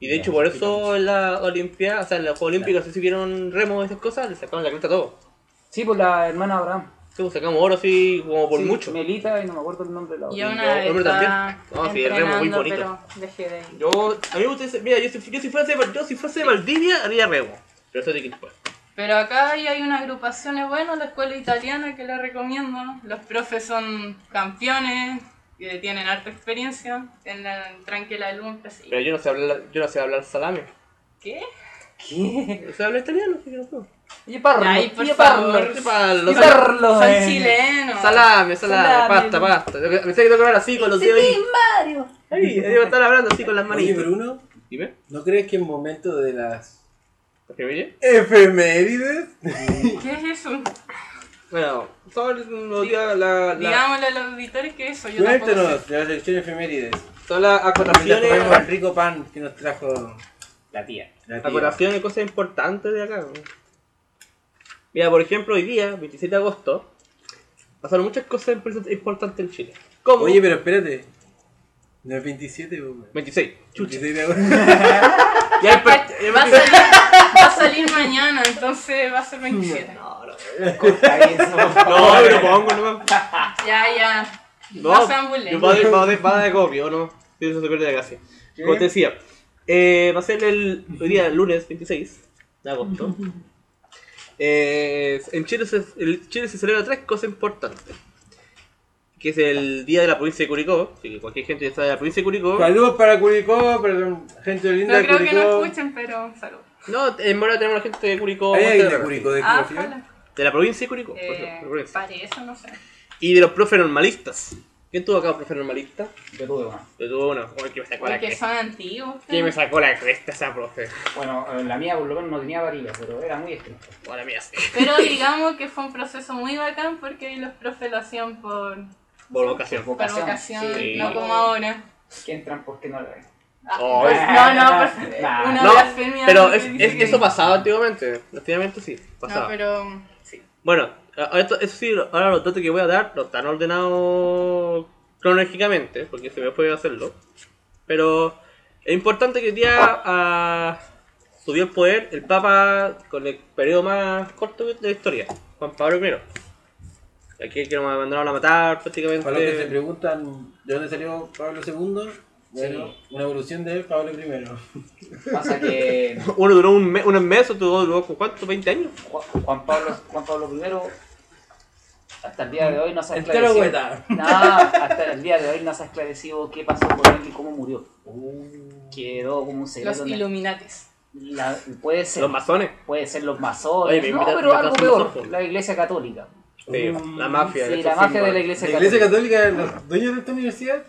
Speaker 4: Y de hecho por eso en la Olimpiada, o sea en los Juegos Olímpicos si vieron remo y esas cosas, le sacaron la cresta a todos.
Speaker 5: Sí, pues la hermana Abraham.
Speaker 4: Sí, po, sacamos oro así como por
Speaker 5: Sí,
Speaker 4: mucho.
Speaker 5: Melita y no me acuerdo el nombre de la otra.
Speaker 3: y yo
Speaker 4: no,
Speaker 3: una vez
Speaker 4: hombre, también.
Speaker 3: estaba
Speaker 4: No, sí, el Remo
Speaker 3: entrenando,
Speaker 4: muy bonito.
Speaker 3: pero dejé de ir.
Speaker 4: Yo, a mí me gusta ese- mira, yo si, yo si fuese, yo si fuese de Valdivia, haría remo. Pero eso tiene que después.
Speaker 3: Pero acá ahí hay unas agrupaciones buenas, la escuela italiana que la recomiendo. Los profes son campeones, que tienen harta experiencia en la en tranque la luz. así.
Speaker 4: Pero yo no sé hablar, yo no sé hablar salame.
Speaker 3: ¿Qué?
Speaker 5: ¿Qué?
Speaker 4: Yo sé hablar italiano, así que no puedo.
Speaker 5: Y parlo,
Speaker 3: Ay, por
Speaker 5: y parlo,
Speaker 3: favor.
Speaker 4: ¿Qué palo?
Speaker 5: y parlo,
Speaker 3: Son
Speaker 5: eh.
Speaker 3: chilenos.
Speaker 4: Salame, salame,
Speaker 5: Salame.
Speaker 4: pasta, pasta. Yo que- Pensé que tengo que hablar así con los dedos. ahí.
Speaker 6: Mario.
Speaker 4: Ay, yo iba a estar hablando así con las
Speaker 2: Oye,
Speaker 4: manitas.
Speaker 2: Bruno,
Speaker 4: Dime,
Speaker 2: ¿no crees que en momento de las
Speaker 4: ¿por qué me oye?
Speaker 2: efemérides
Speaker 3: ¿Qué es eso?
Speaker 4: Bueno, son los días, la, la,
Speaker 3: Digámosle a los auditores que es eso. Yo tampoco sé.
Speaker 2: Cuéntanos de la sección efemérides.
Speaker 4: son las
Speaker 2: Mientras comemos el
Speaker 4: acotaciones,
Speaker 2: rico pan que nos trajo
Speaker 5: La tía.
Speaker 2: la tía.
Speaker 4: acotaciones, cosas importantes de acá. Mira, por ejemplo, hoy día, 27 de agosto, pasaron muchas cosas importantes en Chile. Como
Speaker 2: Oye, pero espérate. No es 27, po, weón.
Speaker 4: 26.
Speaker 5: <laughs>
Speaker 4: Chucha.
Speaker 2: 26 de agosto.
Speaker 4: Ya el per- <laughs>
Speaker 3: Va a,
Speaker 5: <laughs>
Speaker 3: salir, va a salir mañana, entonces va a ser 27.
Speaker 5: Corta eso.
Speaker 2: <laughs>
Speaker 4: No, yo lo pongo nomás.
Speaker 3: Ya, ya. No,
Speaker 4: No,
Speaker 3: sean
Speaker 4: yo
Speaker 3: bullying.
Speaker 4: va de, va de, va de copio, ¿no? Sí, eso se pierde la gracia. Como te decía, eh, va a ser el hoy día, lunes 26 de agosto. Eh, en Chile se, en Chile se celebra tres cosas importantes. Que es el Día de la Provincia de Curicó, así que cualquier gente que está de la Provincia de Curicó.
Speaker 2: Saludos para Curicó, para la gente
Speaker 3: No
Speaker 2: linda de
Speaker 3: creo que no
Speaker 2: Curicó.
Speaker 3: escuchen, pero salud.
Speaker 4: No, en Mora tenemos gente de Curicó.
Speaker 2: ¿Hay alguien de
Speaker 4: Monterrey.
Speaker 2: Curicó de
Speaker 3: Ah,
Speaker 2: Curicó?
Speaker 3: ojalá.
Speaker 4: De la provincia de Curicó. por ejemplo, de la
Speaker 3: Eh,
Speaker 4: provincia.
Speaker 3: parece, no sé.
Speaker 4: Y de los profes normalistas. ¿Quién tuvo acá profe normalista?
Speaker 5: Yo tuve una.
Speaker 4: Yo tuve uno. Oye, que me sacó la
Speaker 3: Porque
Speaker 4: cresta.
Speaker 3: son antiguos.
Speaker 4: Que me sacó la cresta esa profe.
Speaker 5: Bueno, eh, la mía por lo menos no tenía varilla, pero era muy estricta.
Speaker 4: Ahora mía sí.
Speaker 3: Pero digamos que fue un proceso muy bacán porque ahí los profes lo hacían por,
Speaker 4: Por vocación.
Speaker 3: por
Speaker 5: Vocación.
Speaker 3: vocación,
Speaker 4: Sí.
Speaker 3: no como ahora.
Speaker 5: Que entran porque no la ven.
Speaker 3: Ah,
Speaker 4: Oh, es-
Speaker 3: No, no, por favor.
Speaker 5: Nah.
Speaker 3: Una
Speaker 4: No,
Speaker 3: blasfemia.
Speaker 4: Pero
Speaker 3: lo que
Speaker 4: es,
Speaker 3: dicen.
Speaker 4: es que eso pasaba antiguamente. Antiguamente sí, pasaba.
Speaker 3: No, pero sí.
Speaker 4: Bueno, a- a esto- eso sí, ahora los datos que voy a dar no están ordenados cronológicamente, porque se me puede hacerlo. Pero es importante que hoy día ah, subió al poder el Papa con el periodo más corto de la historia, Juan Pablo I. Aquí el que lo mandaron a matar prácticamente.
Speaker 2: Para los que se preguntan de dónde salió Pablo II,
Speaker 5: Bueno,
Speaker 9: una evolución de Pablo primero.
Speaker 5: pasa que
Speaker 4: Uno duró un mes, unos meses, otro duró con cuánto, 20 años.
Speaker 5: Ju- Juan Pablo, Juan Pablo I hasta el día de hoy no se ha
Speaker 9: Entero
Speaker 5: esclarecido.
Speaker 9: hueta.
Speaker 5: No, hasta el día de hoy no se ha esclarecido qué pasó con él y cómo murió. Quedó como un
Speaker 3: Los
Speaker 5: secreto. en el-
Speaker 3: Illuminates.
Speaker 5: la- puede ser,
Speaker 4: Los masones.
Speaker 5: puede ser los
Speaker 4: Oye,
Speaker 5: masones,
Speaker 4: me
Speaker 5: no,
Speaker 4: invita-
Speaker 5: pero
Speaker 4: me
Speaker 5: algo
Speaker 4: invita a
Speaker 5: peor,
Speaker 4: los ojos.
Speaker 5: la iglesia católica.
Speaker 4: Sí, la mafia.
Speaker 5: Mm, Sí,
Speaker 4: de
Speaker 5: la magia de la
Speaker 4: estos símbolos.
Speaker 5: iglesia
Speaker 9: La iglesia
Speaker 5: católica.
Speaker 9: católica, los dueños de esta universidad.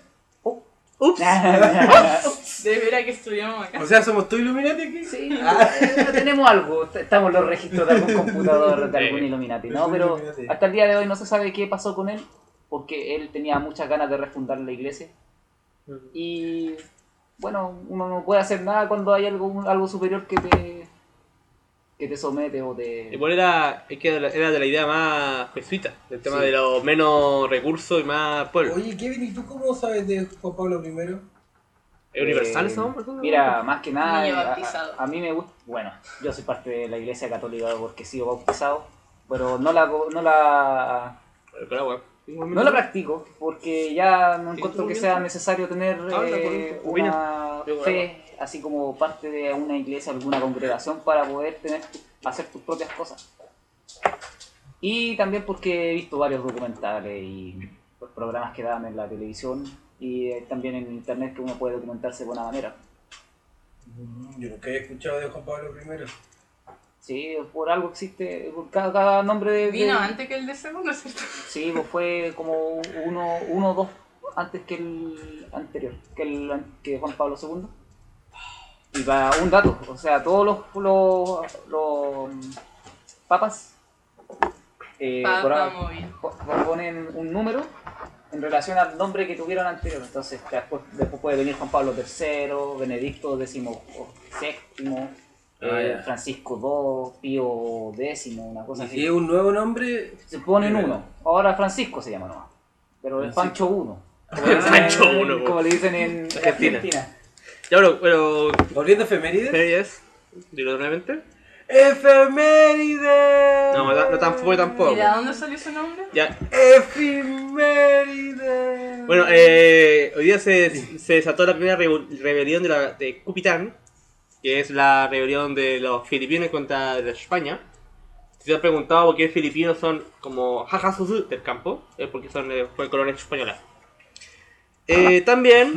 Speaker 4: Ups.
Speaker 5: <laughs>
Speaker 3: De veras que estudiamos acá.
Speaker 9: O sea, somos tú Illuminati aquí.
Speaker 5: Sí, eh, tenemos algo, t- estamos en los registros de algún computador, de algún
Speaker 4: <laughs> Sí.
Speaker 5: Illuminati,
Speaker 9: Es
Speaker 5: ¿no?
Speaker 9: un
Speaker 5: Pero
Speaker 9: Illuminati.
Speaker 5: hasta el día de hoy no se sabe qué pasó con él, porque él tenía muchas ganas de refundar la iglesia. Mm. Y bueno, uno no puede hacer nada cuando hay algo, un- algo superior que te, que te somete o te...
Speaker 4: Igual era, es que era de la idea más jesuita, del tema
Speaker 5: Sí.
Speaker 4: de los menos recursos y más pueblo.
Speaker 8: Oye, Kevin, ¿y tú cómo sabes de Juan Pablo I?
Speaker 4: ¿Es universal
Speaker 5: Eh,
Speaker 4: ese nombre?
Speaker 5: Mira, más que nada, eh,
Speaker 3: Niño
Speaker 5: a- a-
Speaker 3: bautizado.
Speaker 5: a, mí me gusta... Bueno, yo soy parte de la iglesia católica porque he sido bautizado, pero no la... co- No la
Speaker 4: Pero claro, weón.
Speaker 5: No
Speaker 4: <laughs>
Speaker 5: la practico porque ya no
Speaker 4: ¿Y
Speaker 5: encuentro
Speaker 4: tú,
Speaker 5: que
Speaker 4: Miguel?
Speaker 5: sea necesario tener
Speaker 4: Habla,
Speaker 5: eh,
Speaker 4: por-
Speaker 5: una
Speaker 4: Yo,
Speaker 5: fe así como parte de una iglesia, alguna congregación para poder tener hacer tus propias cosas. Y también porque he visto varios documentales y programas que dan en la televisión y eh, también en internet que uno puede documentarse de buena manera.
Speaker 2: Mm,
Speaker 8: Yo nunca había escuchado de Juan Pablo I.
Speaker 5: Sí, por algo existe, por cada, cada nombre de...
Speaker 3: Vino
Speaker 5: de-
Speaker 3: antes que el de segundo, ¿cierto?
Speaker 5: Sí, pues fue como uno, uno o dos antes que el anterior, que, el, que Juan Pablo II. Y para un dato, o sea, todos los, los, los papas eh,
Speaker 3: Papa
Speaker 5: cora-
Speaker 3: móvil.
Speaker 5: po- ponen un número en relación al nombre que tuvieron anterior. Entonces, después, después puede venir Juan Pablo III, Benedicto XVI,
Speaker 9: Ah,
Speaker 5: eh,
Speaker 9: ya.
Speaker 5: Francisco II, Pío X, una cosa
Speaker 2: Y
Speaker 5: así.
Speaker 2: si es un nuevo nombre,
Speaker 5: Se ponen uno. Ahora Francisco se llama nomás. Pero es Pancho 1.
Speaker 4: <laughs>
Speaker 5: <laughs>
Speaker 4: Pancho uno, po.
Speaker 5: Como le dicen en
Speaker 4: Argentina.
Speaker 5: Argentina.
Speaker 4: Ya, pero, pero
Speaker 2: volviendo a efemérides.
Speaker 4: ¿qué es? Dilo nuevamente.
Speaker 2: ¡Efemérides!
Speaker 4: No, no, no tampoco, tampoco.
Speaker 3: ¿Y de dónde salió su nombre?
Speaker 4: Ya.
Speaker 2: ¡Efemérides!
Speaker 4: Bueno, eh, hoy día se, se desató la primera rebu- rebelión de, la, de Cupitán, que es la rebelión de los filipinos contra la España. Si se han preguntado por qué filipinos son como jajasusu del campo, es porque son, eh, fue colonia española. Eh, también,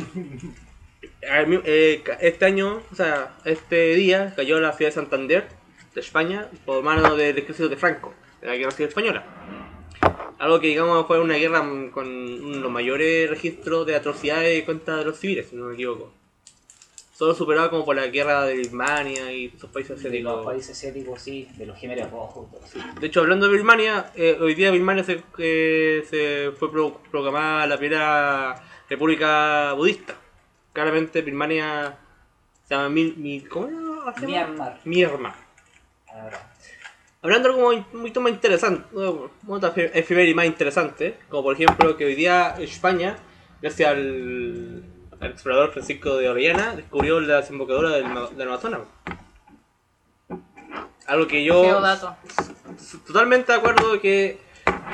Speaker 4: al mi- eh, ca- este año, o sea, este día cayó la ciudad de Santander, de España, por mano del ejército de Franco, de la guerra civil española. Algo que digamos fue una guerra mm, con uno de los mayores registros de atrocidades contra los civiles, si no me equivoco. Solo superado como por la guerra de Birmania y esos países
Speaker 5: De los
Speaker 4: asiáticos.
Speaker 5: países asiáticos, sí. De los gemelos rojos. pero sí.
Speaker 4: De hecho, hablando de Birmania, eh, hoy día Birmania se, eh, se fue pro- proclamada la primera república budista. Claramente Birmania se llama Mil, Mil- ¿cómo era? ¿Se llama?
Speaker 5: Myanmar.
Speaker 4: Myanmar.
Speaker 5: Ahora,
Speaker 4: Hablando de algo muy- muy tema interesante, bueno, otra efe- efeméride más interesante, como por ejemplo que hoy día España, gracias al, al explorador Francisco de Orellana, descubrió la desembocadura del, Ma- del Amazonas. Algo que yo
Speaker 3: Geodato.
Speaker 4: s- totalmente de acuerdo que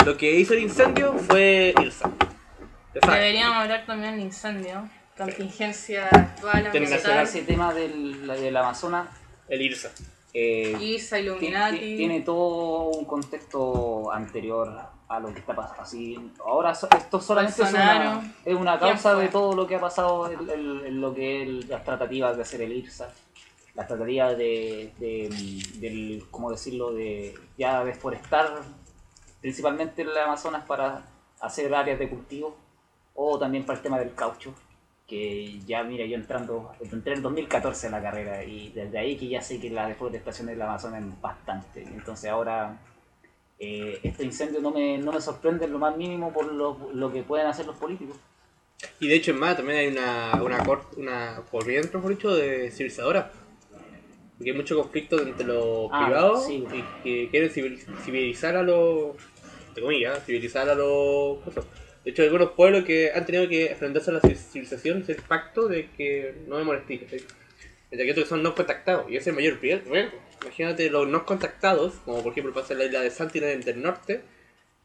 Speaker 4: lo que hizo el incendio fue Ilsa. Ya sabes.
Speaker 3: Deberíamos hablar también del incendio. Contingencia actual,
Speaker 5: Pero
Speaker 4: Internacional.
Speaker 3: ambiental,
Speaker 5: Ese tema del, del Amazonas
Speaker 4: El Ilsa.
Speaker 5: eh,
Speaker 3: ISA,
Speaker 5: ti- ti- tiene
Speaker 3: Illuminati.
Speaker 5: todo un contexto anterior a lo que está pasando. Así, ahora so- esto solamente es
Speaker 3: Bolsonaro.
Speaker 5: una, es una
Speaker 3: ¿Quién
Speaker 5: causa
Speaker 3: fue?
Speaker 5: de todo lo que ha pasado en, en- en lo que es las tratativas de hacer el IRSA, las tratativas de, de, del, ¿cómo decirlo?, de ya deforestar principalmente el Amazonas para hacer áreas de cultivo o también para el tema del caucho que ya mira yo entrando entré en 2014 en la carrera y desde ahí que ya sé que la deforestación del Amazonas es bastante entonces ahora eh, este incendio no me, no me sorprende en lo más mínimo por lo, lo que pueden hacer los políticos
Speaker 4: Y de hecho en más también hay una, una corte, una corriente, por dicho, de civilizadoras. Porque hay mucho conflicto entre los
Speaker 5: Ah,
Speaker 4: privados
Speaker 5: sí.
Speaker 4: y que quieren civil- civilizar a los. entre comillas, civilizar a los. cosas. De hecho, hay algunos pueblos que han tenido que enfrentarse a la ci- civilización, es el pacto de que no me molestéis. ¿cachai? Entre que otros que son no contactados, y ese es el mayor ¿eh? riesgo. Imagínate los no contactados, como por ejemplo pasa en la isla de Santina del norte,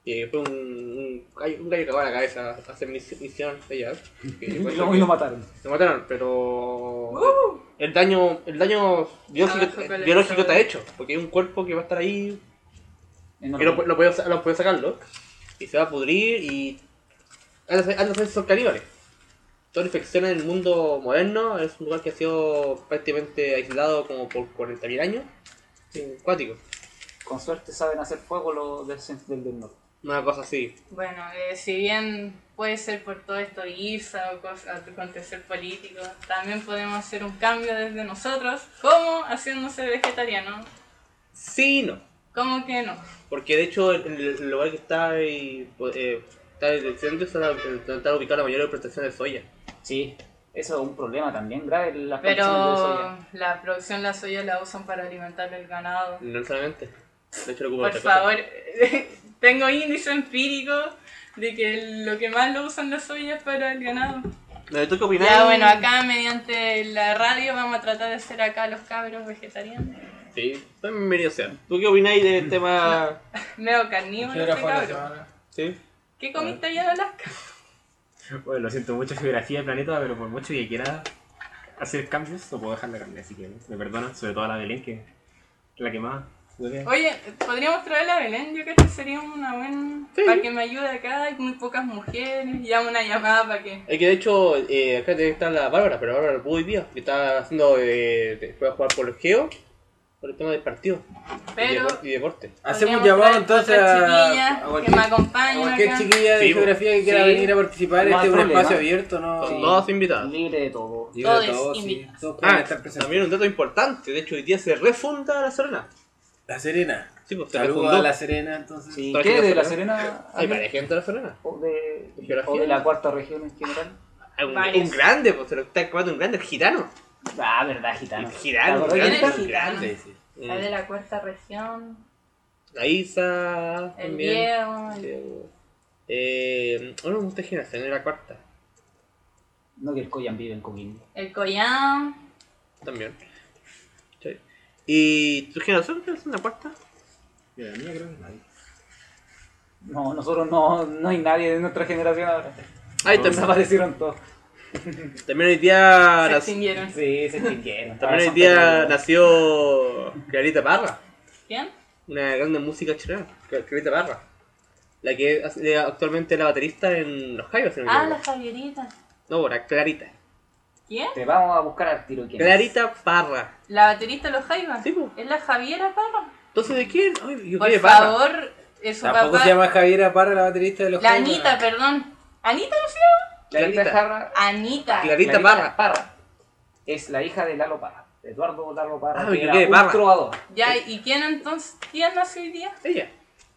Speaker 4: Eh, fue un, un, gallo- un gallo que cagó la cabeza a hacer mis- misión de jazz.
Speaker 5: <laughs>
Speaker 4: que
Speaker 5: Y
Speaker 4: fue-
Speaker 5: lo, y lo mataron.
Speaker 4: Lo mataron, pero. El daño, el daño biológico,
Speaker 3: Abajo con el
Speaker 4: biológico
Speaker 3: sol.
Speaker 4: está hecho, porque hay un cuerpo que va a estar ahí y no,
Speaker 5: Enorme.
Speaker 4: pu- no puedo, sa- no puedo sacarlo. Y se va a pudrir y. han de ser- han de ser esos caníbales. Toda la infección en el mundo moderno es un lugar que ha sido prácticamente aislado como por 40.000 años. Sin cuático.
Speaker 5: Con suerte saben hacer fuego los del, cen- del, del norte.
Speaker 4: Una cosa así.
Speaker 3: Bueno, eh, si bien puede ser por todo esto guisa o cosas, acontecer político, también podemos hacer un cambio desde nosotros, como haciéndose vegetariano.
Speaker 4: Sí, y no.
Speaker 3: ¿Cómo que no?
Speaker 4: Porque de hecho, en el, el lugar que está y, pues, eh, está el incendio, está, está ubicada la mayor plantación de soya.
Speaker 5: Sí, eso es un problema también grave. Las plantaciones de soya.
Speaker 3: Pero la producción de la soya la usan para alimentar el ganado.
Speaker 4: No solamente. De hecho, lo ocupa
Speaker 3: Por
Speaker 4: otra cosa.
Speaker 3: favor, <laughs> tengo índice empírico de que lo que más lo usan la soya es para el ganado.
Speaker 4: Bueno, ¿Tú qué opinas?
Speaker 3: Ya bueno, acá mediante la radio vamos a tratar de hacer acá los cabros vegetarianos.
Speaker 4: Sí, bienvenido sea. ¿Tú qué opináis
Speaker 3: <laughs>
Speaker 4: del tema?
Speaker 3: Medio
Speaker 9: ¿Qué
Speaker 3: carnívoro
Speaker 9: hora
Speaker 3: este
Speaker 9: fue la
Speaker 3: cabro.
Speaker 9: semana?
Speaker 4: Sí.
Speaker 3: ¿Qué comiste allá en Alaska?
Speaker 7: Bueno, lo siento mucho geografía del planeta, pero por mucho que quiera hacer cambios, no puedo dejar la carne, así que me perdonan, sobre todo a la Belén, que es la que más duele.
Speaker 3: Oye, podríamos traer a Belén, yo creo que sería una buena... Para que me ayude acá, hay muy pocas mujeres, y hago una llamada para que...
Speaker 4: Es que de hecho, eh, acá tiene que estar la Bárbara, pero Bárbara no pudo hoy día, que está haciendo, eh, de- fue a jugar por el geo, por el tema del partido
Speaker 3: Pero...
Speaker 4: y, depor- y deporte.
Speaker 2: Hacemos un
Speaker 3: podríamos
Speaker 2: llamado
Speaker 3: traer
Speaker 2: entonces
Speaker 3: otras
Speaker 2: a,
Speaker 3: chiquillas
Speaker 2: a
Speaker 3: que me
Speaker 2: cualquier, a
Speaker 3: acompañen
Speaker 2: cualquier
Speaker 3: acá.
Speaker 2: chiquilla de
Speaker 4: Sí,
Speaker 2: geografía que quiera
Speaker 5: sí.
Speaker 2: venir a participar.
Speaker 5: No
Speaker 2: este
Speaker 5: hay
Speaker 2: es un
Speaker 5: problema.
Speaker 2: espacio abierto, ¿no?
Speaker 4: Son
Speaker 5: Sí.
Speaker 4: dos invitados.
Speaker 5: Libre de todo.
Speaker 2: Libre a
Speaker 3: Todos
Speaker 2: sí.
Speaker 3: invitados.
Speaker 2: Todos pueden
Speaker 4: Ah,
Speaker 2: estar presentes.
Speaker 4: también un dato importante, de hecho hoy día se refunda la Serena.
Speaker 2: La Serena.
Speaker 4: Sí, pues se
Speaker 2: Saludos a
Speaker 4: refundó.
Speaker 2: La Serena, entonces.
Speaker 5: Sí,
Speaker 4: Traje
Speaker 5: ¿Qué?
Speaker 4: la
Speaker 5: ¿De la
Speaker 4: Serena.
Speaker 5: Serena?
Speaker 4: Hay
Speaker 5: alguien?
Speaker 4: varias gente de la Serena.
Speaker 5: ¿O de,
Speaker 4: ¿Geografía?
Speaker 5: o de la cuarta región en general?
Speaker 4: Hay Un,
Speaker 3: Varias.
Speaker 4: un grande, pues se lo está acabando un grande, el gitano.
Speaker 5: Ah, verdad, gitano.
Speaker 4: El gitano, un
Speaker 5: ¿Te acordás
Speaker 4: grande,
Speaker 3: gitano?
Speaker 5: quién era?
Speaker 4: un grande. Eh, sí.
Speaker 3: La de la cuarta región,
Speaker 4: La Isa,
Speaker 3: el
Speaker 4: también.
Speaker 3: Diego, el-
Speaker 4: Diego. Eh, bueno, muchas generaciones, era cuarta.
Speaker 5: No, que el Coyan vive en Coquimbo.
Speaker 3: el Collán.
Speaker 4: También. Sí. ¿Y tu generación es una cuarta?
Speaker 7: Mira, la mía creo que nadie.
Speaker 5: No, nosotros no, no hay nadie de nuestra generación <laughs> ahora.
Speaker 4: Ay, Ah, también,
Speaker 5: Desaparecieron todos.
Speaker 4: también hoy día,
Speaker 3: Se
Speaker 4: nac-
Speaker 3: extinguieron.
Speaker 5: Sí, se extinguieron.
Speaker 4: también hoy
Speaker 5: Son
Speaker 4: día
Speaker 5: petroleros.
Speaker 4: nació Clarita Parra,
Speaker 3: ¿Quién?
Speaker 4: una grande música chilena, Cla- Clarita Parra, la que es eh, actualmente es la baterista en Los Jaivas, si no me
Speaker 3: Ah, la
Speaker 4: equivoco.
Speaker 3: Javierita.
Speaker 4: No, ahora Clarita.
Speaker 3: ¿Quién?
Speaker 5: Te vamos a buscar al tiro. ¿quién es?
Speaker 4: Clarita Parra.
Speaker 3: La baterista de los Jaivas.
Speaker 4: Sí, po.
Speaker 3: ¿Es la Javiera Parra?
Speaker 4: Entonces, ¿de quién? Ay, yo
Speaker 3: Por
Speaker 4: qué Parra.
Speaker 3: favor, es su
Speaker 2: Tampoco
Speaker 3: papá.
Speaker 2: se llama Javiera Parra, la baterista de los
Speaker 3: La
Speaker 2: Jaivas.
Speaker 3: Anita, perdón. ¿Anita no se llama?
Speaker 5: Clarita
Speaker 4: Clarita.
Speaker 5: Jarra.
Speaker 3: Anita.
Speaker 4: Clarita Parra.
Speaker 5: Es la hija de Lalo Parra. de Eduardo Lalo Parra.
Speaker 4: Ah,
Speaker 5: que
Speaker 4: yo
Speaker 5: era
Speaker 4: quedé
Speaker 5: un
Speaker 4: Parra.
Speaker 5: trovador.
Speaker 3: Ya, ¿y quién entonces? ¿Quién nació hoy día?
Speaker 4: Ella.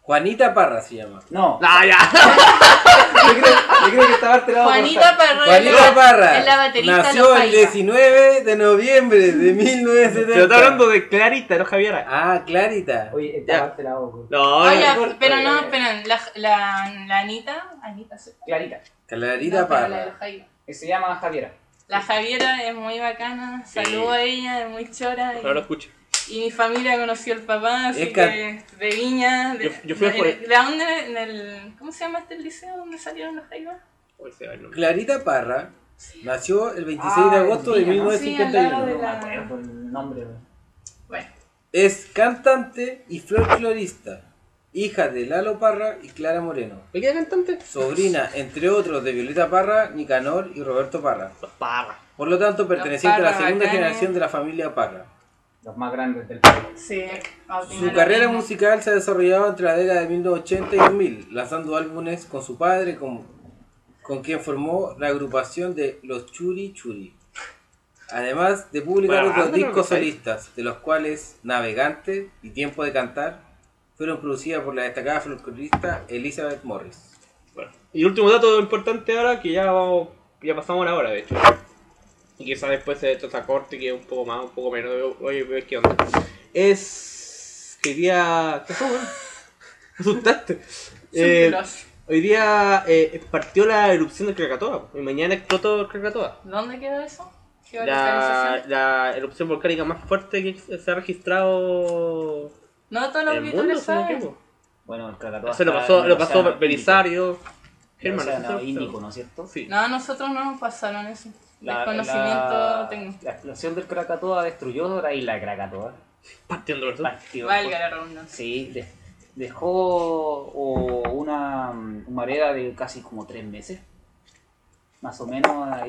Speaker 2: Juanita Parra se llama.
Speaker 5: No,
Speaker 4: Ah, ya.
Speaker 5: yo, creo, yo creo que esta parte la vamos a
Speaker 3: Juanita
Speaker 5: cortar.
Speaker 3: Parra.
Speaker 2: Juanita
Speaker 3: es Ah, la-
Speaker 2: Parra
Speaker 3: Es la baterista de
Speaker 2: nació
Speaker 3: los
Speaker 2: el
Speaker 3: Jaivas.
Speaker 2: 19 de noviembre de
Speaker 4: Pero está
Speaker 2: 1970.
Speaker 4: hablando de Clarita, no Javiera.
Speaker 2: Ah, Clarita.
Speaker 5: Oye, esta
Speaker 4: Ya.
Speaker 5: parte la vamos a cortar.
Speaker 4: No,
Speaker 3: Oye,
Speaker 4: no,
Speaker 5: por-
Speaker 3: pero no,
Speaker 5: oye.
Speaker 3: esperen. La, la, la Anita. Anita, ¿sí?
Speaker 5: Clarita.
Speaker 2: Clarita
Speaker 3: No, pero la de los
Speaker 2: Parra.
Speaker 3: Jaivas.
Speaker 5: que Se llama Javiera.
Speaker 3: La Javiera es muy bacana,
Speaker 4: Sí.
Speaker 3: saludo a ella, es muy chora.
Speaker 4: no lo
Speaker 3: Y,
Speaker 4: escucho.
Speaker 3: y mi familia conoció al papá, así
Speaker 2: Es
Speaker 3: que
Speaker 2: que-
Speaker 3: de Viña. De,
Speaker 4: Yo- yo fui a
Speaker 3: de-
Speaker 4: jugar-
Speaker 3: ¿de dónde? En el- ¿Cómo se llama este liceo donde salieron los Jaivas?
Speaker 4: Uy, se va el nombre.
Speaker 2: Clarita Parra nació el 26
Speaker 5: Ah,
Speaker 2: de agosto de
Speaker 5: mira,
Speaker 3: ¿no? Sí,
Speaker 2: 1951.
Speaker 3: al lado de
Speaker 5: No me
Speaker 3: la-
Speaker 5: acuerdo el nombre. weón.
Speaker 3: Bueno,
Speaker 2: Es cantante y folclorista, hija de Lalo Parra y Clara Moreno,
Speaker 4: ¿Me queda cantante?
Speaker 2: sobrina, entre otros, de Violeta Parra, Nicanor y Roberto Parra.
Speaker 4: Los Parra.
Speaker 2: Por lo tanto, perteneciente a la
Speaker 3: Parra
Speaker 2: segunda
Speaker 3: bacanes.
Speaker 2: generación de la familia Parra.
Speaker 5: Los más grandes del país.
Speaker 3: sí,
Speaker 2: Su carrera musical se ha desarrollado entre la década de 1980 y 2000, lanzando álbumes con su padre, con, con quien formó la agrupación de Los Churi Churi. Además de publicar
Speaker 4: Bueno,
Speaker 2: otros
Speaker 4: ándalo,
Speaker 2: discos
Speaker 4: que hay.
Speaker 2: solistas, de los cuales Navegante y Tiempo de Cantar fueron producidas por la destacada folclorista Elizabeth Morris.
Speaker 4: Bueno, y último dato importante ahora, que ya vamos, ya pasamos la hora de hecho. Y quizás después se trata corte, que es un poco más, un poco menos, veo- oye, veo qué onda. Es que hoy día. ¿Qué pasó, weón? <laughs> Me asustaste. Eh, hoy día eh, partió la erupción del Krakatoa, y mañana explotó el Krakatoa.
Speaker 3: ¿Dónde quedó eso?
Speaker 4: La,
Speaker 3: Geolocalización.
Speaker 4: la erupción volcánica más fuerte que se ha registrado
Speaker 3: No todos
Speaker 4: en
Speaker 3: los
Speaker 4: el mundo,
Speaker 3: auditores
Speaker 4: si no me
Speaker 3: saben.
Speaker 4: equivoco.
Speaker 5: Bueno, el Krakatoa.
Speaker 4: Eso lo
Speaker 5: está
Speaker 4: pasó,
Speaker 5: en
Speaker 4: lo
Speaker 5: el
Speaker 4: pasó
Speaker 5: océano Índico.
Speaker 4: Belisario,
Speaker 5: En el
Speaker 4: Germán.
Speaker 5: océano
Speaker 4: ¿no es
Speaker 5: Índico,
Speaker 4: cierto?
Speaker 5: ¿no es cierto?
Speaker 4: Sí.
Speaker 3: No, a nosotros no nos pasaron eso.
Speaker 5: La-
Speaker 3: Desconocimiento
Speaker 5: la-
Speaker 3: técnico.
Speaker 5: La explosión del Krakatoa destruyó la isla de Krakatoa.
Speaker 4: Partiendo por eso.
Speaker 5: Partió-
Speaker 3: Valga la redundancia.
Speaker 5: Sí, de- dejó o, una mm, humareda de casi como tres meses, más o menos, ahí